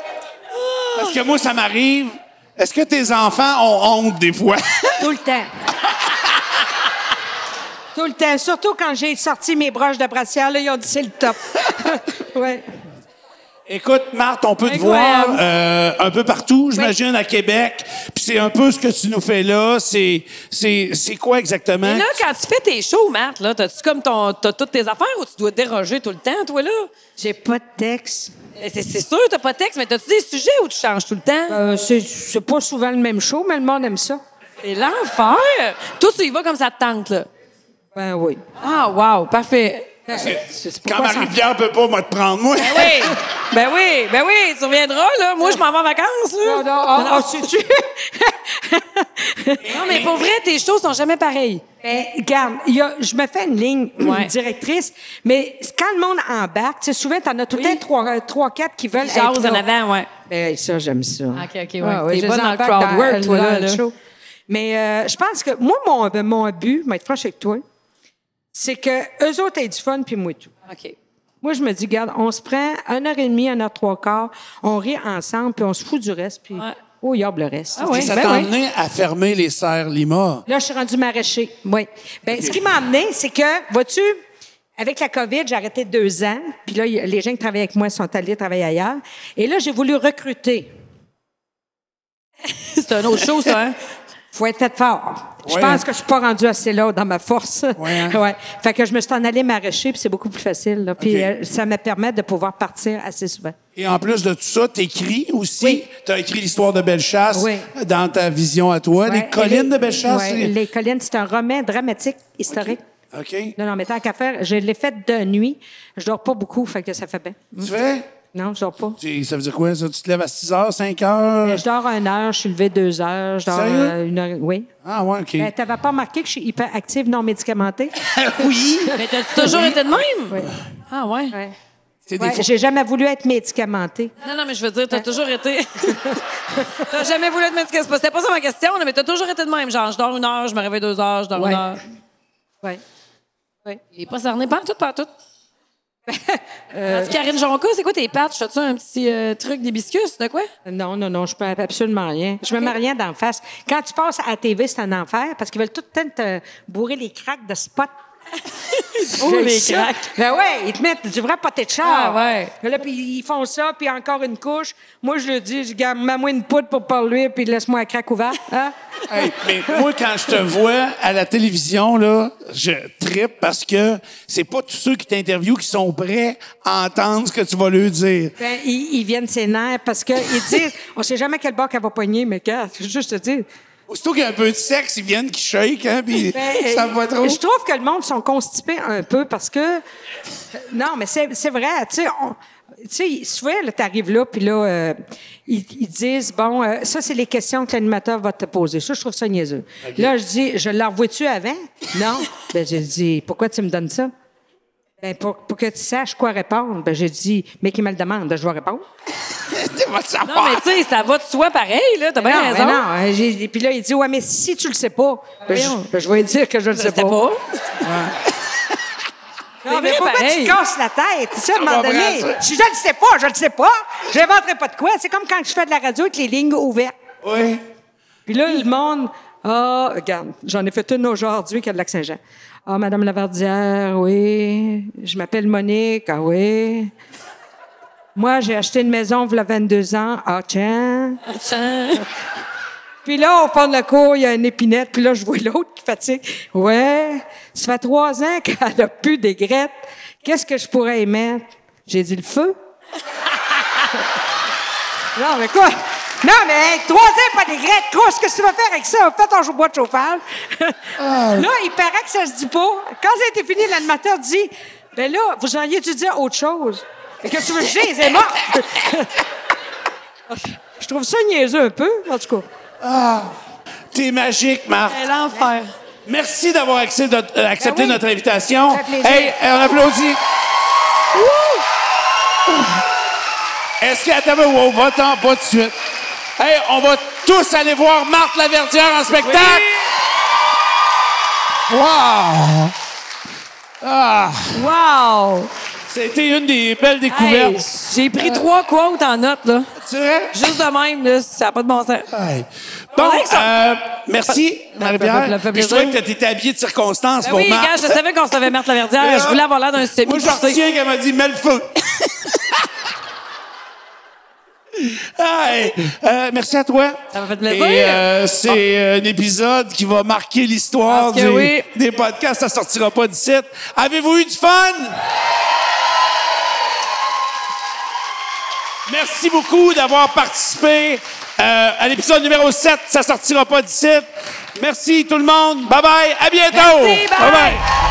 Speaker 3: Parce que moi, ça m'arrive. Est-ce que tes enfants ont honte des fois?
Speaker 4: Tout le temps. Tout le temps. Surtout quand j'ai sorti mes broches de brassière, là, ils ont dit c'est le top. ouais.
Speaker 3: Écoute, Marthe, on peut te voir
Speaker 2: Incroyable.
Speaker 3: euh, un peu partout, j'imagine, à Québec. Puis c'est un peu ce que tu nous fais là. C'est, c'est, c'est quoi exactement?
Speaker 2: Mais là, quand tu fais tes shows, Marthe, là, t'as-tu comme ton, t'as toutes tes affaires ou tu dois déroger tout le temps, toi, là? Ben,
Speaker 4: J'ai pas de texte.
Speaker 2: C'est, c'est sûr, t'as pas de texte, mais t'as-tu des sujets où tu changes tout le temps?
Speaker 4: Euh, c'est- c'est pas souvent le même show, mais le monde aime ça.
Speaker 2: C'est l'enfer! Toi, tu y vas comme ça te tente, là.
Speaker 4: Ben oui.
Speaker 2: Ah, wow, parfait.
Speaker 3: Quand Marie-Pierre peut pas, moi, te prendre, moi.
Speaker 2: Ben oui! Ben oui, ben oui, tu reviendras, là. Moi, je m'en vais en vacances, là.
Speaker 4: Non, non,
Speaker 2: oh,
Speaker 4: ah, ah, c'est-tu?
Speaker 2: Non, mais pour vrai, tes shows sont jamais pareilles.
Speaker 4: Ben, regarde, il y a- je me fais une ligne
Speaker 2: Ouais.
Speaker 4: directrice, mais quand le monde embarque, tu sais, souvent, t'en as tout le temps trois, euh, trois, quatre qui veulent
Speaker 2: Ils jasent
Speaker 4: là.
Speaker 2: en avant, ouais.
Speaker 4: Ben, ça, j'aime ça.
Speaker 2: OK, OK, ouais.
Speaker 4: Ah,
Speaker 2: T'es
Speaker 4: je
Speaker 2: bonne dans
Speaker 4: les
Speaker 2: le
Speaker 4: embarque
Speaker 2: crowd
Speaker 4: dans-
Speaker 2: work, toi,
Speaker 4: dans
Speaker 2: là,
Speaker 4: le
Speaker 2: là.
Speaker 4: show. Mais euh, je pense que moi, mon, ben, mon but, je vais être franche avec toi, c'est que eux autres aient du fun, puis moi tout.
Speaker 2: OK.
Speaker 4: Moi, je me dis, regarde, on se prend une heure et demie, une heure trois quarts, on rit ensemble, puis on se fout du reste, puis
Speaker 2: Ouais.
Speaker 4: oh, il y a le reste.
Speaker 2: Ah ouais,
Speaker 3: ça
Speaker 2: ben
Speaker 3: t'a
Speaker 2: ouais.
Speaker 3: amené à fermer les serres Lima.
Speaker 4: Là, je suis rendue maraîcher. Oui. Ben, ce qui m'a amené, c'est que, vois-tu, avec la COVID, j'ai arrêté deux ans. Puis là, y- les gens qui travaillaient avec moi sont allés travailler ailleurs. Et là, j'ai voulu recruter.
Speaker 2: C'est un autre show, ça, hein?
Speaker 4: Faut être fait fort. Je
Speaker 3: Ouais,
Speaker 4: pense
Speaker 3: hein.
Speaker 4: que je suis pas rendue assez là dans ma force.
Speaker 3: Ouais, hein.
Speaker 4: Fait que je me suis en allée maraîcher, puis c'est beaucoup plus facile. là. Puis
Speaker 3: OK.
Speaker 4: euh, ça me permet de pouvoir partir assez souvent.
Speaker 3: Et en plus de tout ça, t'écris aussi.
Speaker 4: Oui.
Speaker 3: T'as écrit l'histoire de Bellechasse
Speaker 4: Oui.
Speaker 3: dans ta vision à toi.
Speaker 4: Ouais.
Speaker 3: les
Speaker 4: Et
Speaker 3: collines de Bellechasse.
Speaker 4: ouais,
Speaker 3: les-
Speaker 4: les collines, c'est un roman dramatique, historique.
Speaker 3: OK.
Speaker 4: Non, non, mais tant qu'à faire, je l'ai fait de nuit. Je dors pas beaucoup, fait que ça fait bien.
Speaker 3: Tu fais?
Speaker 4: Non, je dors pas.
Speaker 3: Tu- Ça veut dire quoi, ça? Tu te lèves à 6 h, 5 heures?
Speaker 4: Je dors une heure, je suis levée deux heures, je dors
Speaker 3: Sérieux?
Speaker 4: euh, une heure. Oui.
Speaker 3: Ah, ouais, OK.
Speaker 4: Ben, T'avais pas remarqué que je suis hyperactive non médicamentée?
Speaker 3: oui!
Speaker 2: Mais t'as-tu toujours été de même? Ah, ouais.
Speaker 4: Ouais.
Speaker 3: C'est des
Speaker 4: Ouais,
Speaker 3: fois-
Speaker 4: J'ai jamais voulu être médicamentée.
Speaker 2: Non, non, mais je veux dire, t'as toujours été. t'as jamais voulu te mettre. C'était pas ça ma question, là, mais t'as toujours été de même. Genre, je dors une heure, je me réveille deux heures, je dors
Speaker 4: Ouais.
Speaker 2: une heure.
Speaker 4: Ouais.
Speaker 2: Il est pas cerné, pas en tout, pas en tout. Euh, Tandis que Karine Jonca, c'est quoi tes pattes? Fais-tu un petit euh, truc d'hibiscus? De quoi?
Speaker 4: Non, non, non, je peux absolument rien. Je me mets rien d'en face. Quand tu passes à la TV, c'est un enfer parce qu'ils veulent tout le temps te bourrer les craques de spots.
Speaker 2: bourrent
Speaker 4: J'aime
Speaker 2: les
Speaker 4: ça.
Speaker 2: craques.
Speaker 4: Ben ouais, ils te mettent du vrai poté de
Speaker 2: Ah
Speaker 4: char.
Speaker 2: ouais.
Speaker 4: Là, puis ils font ça, puis encore une couche. Moi, je le dis, je garde, mets-moi une poudre pour parler, puis laisse-moi un craque ouvert. Hein?
Speaker 3: Hey, mais moi, quand je te vois à la télévision, là, je trippe parce que c'est pas tous ceux qui t'interviewent qui sont prêts à entendre ce que tu vas leur dire.
Speaker 4: Ben, ils, ils viennent ses nerfs parce qu'ils disent, on sait jamais quel bord qu'elle va poigner, mais gars, je veux juste te dire.
Speaker 3: Aussitôt qu'il y a un peu de sexe, ils viennent qui shake, hein, puis
Speaker 4: Ben,
Speaker 3: ça
Speaker 4: euh,
Speaker 3: me va trop.
Speaker 4: Je trouve que le monde sont constipés un peu parce que, euh, non, mais c'est c'est vrai, tu sais, on- tu sais, souvent, là, t'arrives là, puis là, euh, ils, ils disent, bon, euh, ça, c'est les questions que l'animateur va te poser. Ça, je trouve ça niaiseux. Là, je dis, je l'envoie-tu avant? Non. ben, je dis, pourquoi tu me donnes ça? Ben, pour, pour que tu saches quoi répondre. Ben, je dis, mais qui me le demande, je vais répondre.
Speaker 3: Tu vas savoir.
Speaker 2: Non, mais tu sais, ça va de soi pareil, là. T'as
Speaker 4: Ben
Speaker 2: bien
Speaker 4: non,
Speaker 2: raison.
Speaker 4: ben non. Hein, j'ai- Puis là, il dit, ouais, mais si tu le sais pas, ben, je,
Speaker 2: Voyons.
Speaker 4: ben, je vais dire que je le sais
Speaker 2: C'était
Speaker 4: pas.
Speaker 2: pas.
Speaker 4: Non, mais
Speaker 2: vrai,
Speaker 4: pourquoi
Speaker 2: pareil.
Speaker 4: tu te casses la tête? Tu sais, à un moment
Speaker 3: comprends
Speaker 4: donné,
Speaker 3: ça.
Speaker 4: si je le sais pas, je le sais pas, je n'inventerai pas de quoi. C'est comme quand je fais de la radio avec les lignes ouvertes.
Speaker 3: Oui.
Speaker 4: Puis là, le monde, ah, regarde, j'en ai fait une aujourd'hui qui a de Lac-Saint-Jean. Ah, Madame Lavardière, oui. Je m'appelle Monique, ah oui. Moi, j'ai acheté une maison, voilà 22 ans. Ah, tiens.
Speaker 2: Tiens.
Speaker 4: Puis là, au fond de la cour, il y a une épinette. Puis là, je vois l'autre qui fatigue. Ouais, ça fait trois ans qu'elle a plus d'aigrettes. Qu'est-ce que je pourrais y mettre? J'ai dit le feu. non, mais quoi? Non, mais hey, trois ans, pas d'aigrettes. Quoi, ce que tu vas faire avec ça? Fais ton bois de chauffage. là, il paraît que ça se dit pas. Quand ça a été fini, l'animateur dit, ben là, vous auriez dû dire autre chose. Fait que tu veux que je dise, Elle est morte. je trouve ça niaiseux un peu, en tout cas.
Speaker 3: T'es magique, Marc.
Speaker 2: C'est l'enfer.
Speaker 3: Merci d'avoir accepté, notre- euh, accepté
Speaker 4: Ben oui.
Speaker 3: notre invitation.
Speaker 4: Ça fait plaisir.
Speaker 3: Hey, hey, on applaudit. Est-ce qu'il y a ta on va-t'en pas de suite. Hey, on va tous aller voir Marthe Laverdière en spectacle. Wow! Ah!
Speaker 2: Wow!
Speaker 3: C'était une des belles
Speaker 2: Hey,
Speaker 3: découvertes.
Speaker 2: J'ai pris trois quotes en note, là.
Speaker 3: Tu dirais?
Speaker 2: Juste de même, là, ça n'a pas de bon sens.
Speaker 3: Hey. Bon,
Speaker 2: Ouais, ça-
Speaker 3: euh, merci,
Speaker 2: ça
Speaker 3: Marie-Pierre.
Speaker 2: fait
Speaker 3: Puis Je
Speaker 2: plaisir.
Speaker 3: trouvais que tu étais habillée de circonstance
Speaker 2: Ben
Speaker 3: pour
Speaker 2: oui,
Speaker 3: Marc.
Speaker 2: gars, je savais qu'on se devait mettre la verdière. Je voulais avoir l'air d'un semi
Speaker 3: Moi, je retiens qu'elle m'a dit, mets le feu. Hey, euh, merci à toi.
Speaker 2: Ça m'a fait plaisir. Ah.
Speaker 3: Et, euh, c'est euh, un épisode qui va marquer l'histoire
Speaker 2: Parce que
Speaker 3: des,
Speaker 2: oui.
Speaker 3: des podcasts. Ça sortira pas du site. Avez-vous eu du fun? Merci beaucoup d'avoir participé euh, à l'épisode numéro 7. Ça sortira pas du site. Merci tout le monde. Bye bye. À bientôt.
Speaker 2: Merci, bye.
Speaker 3: bye.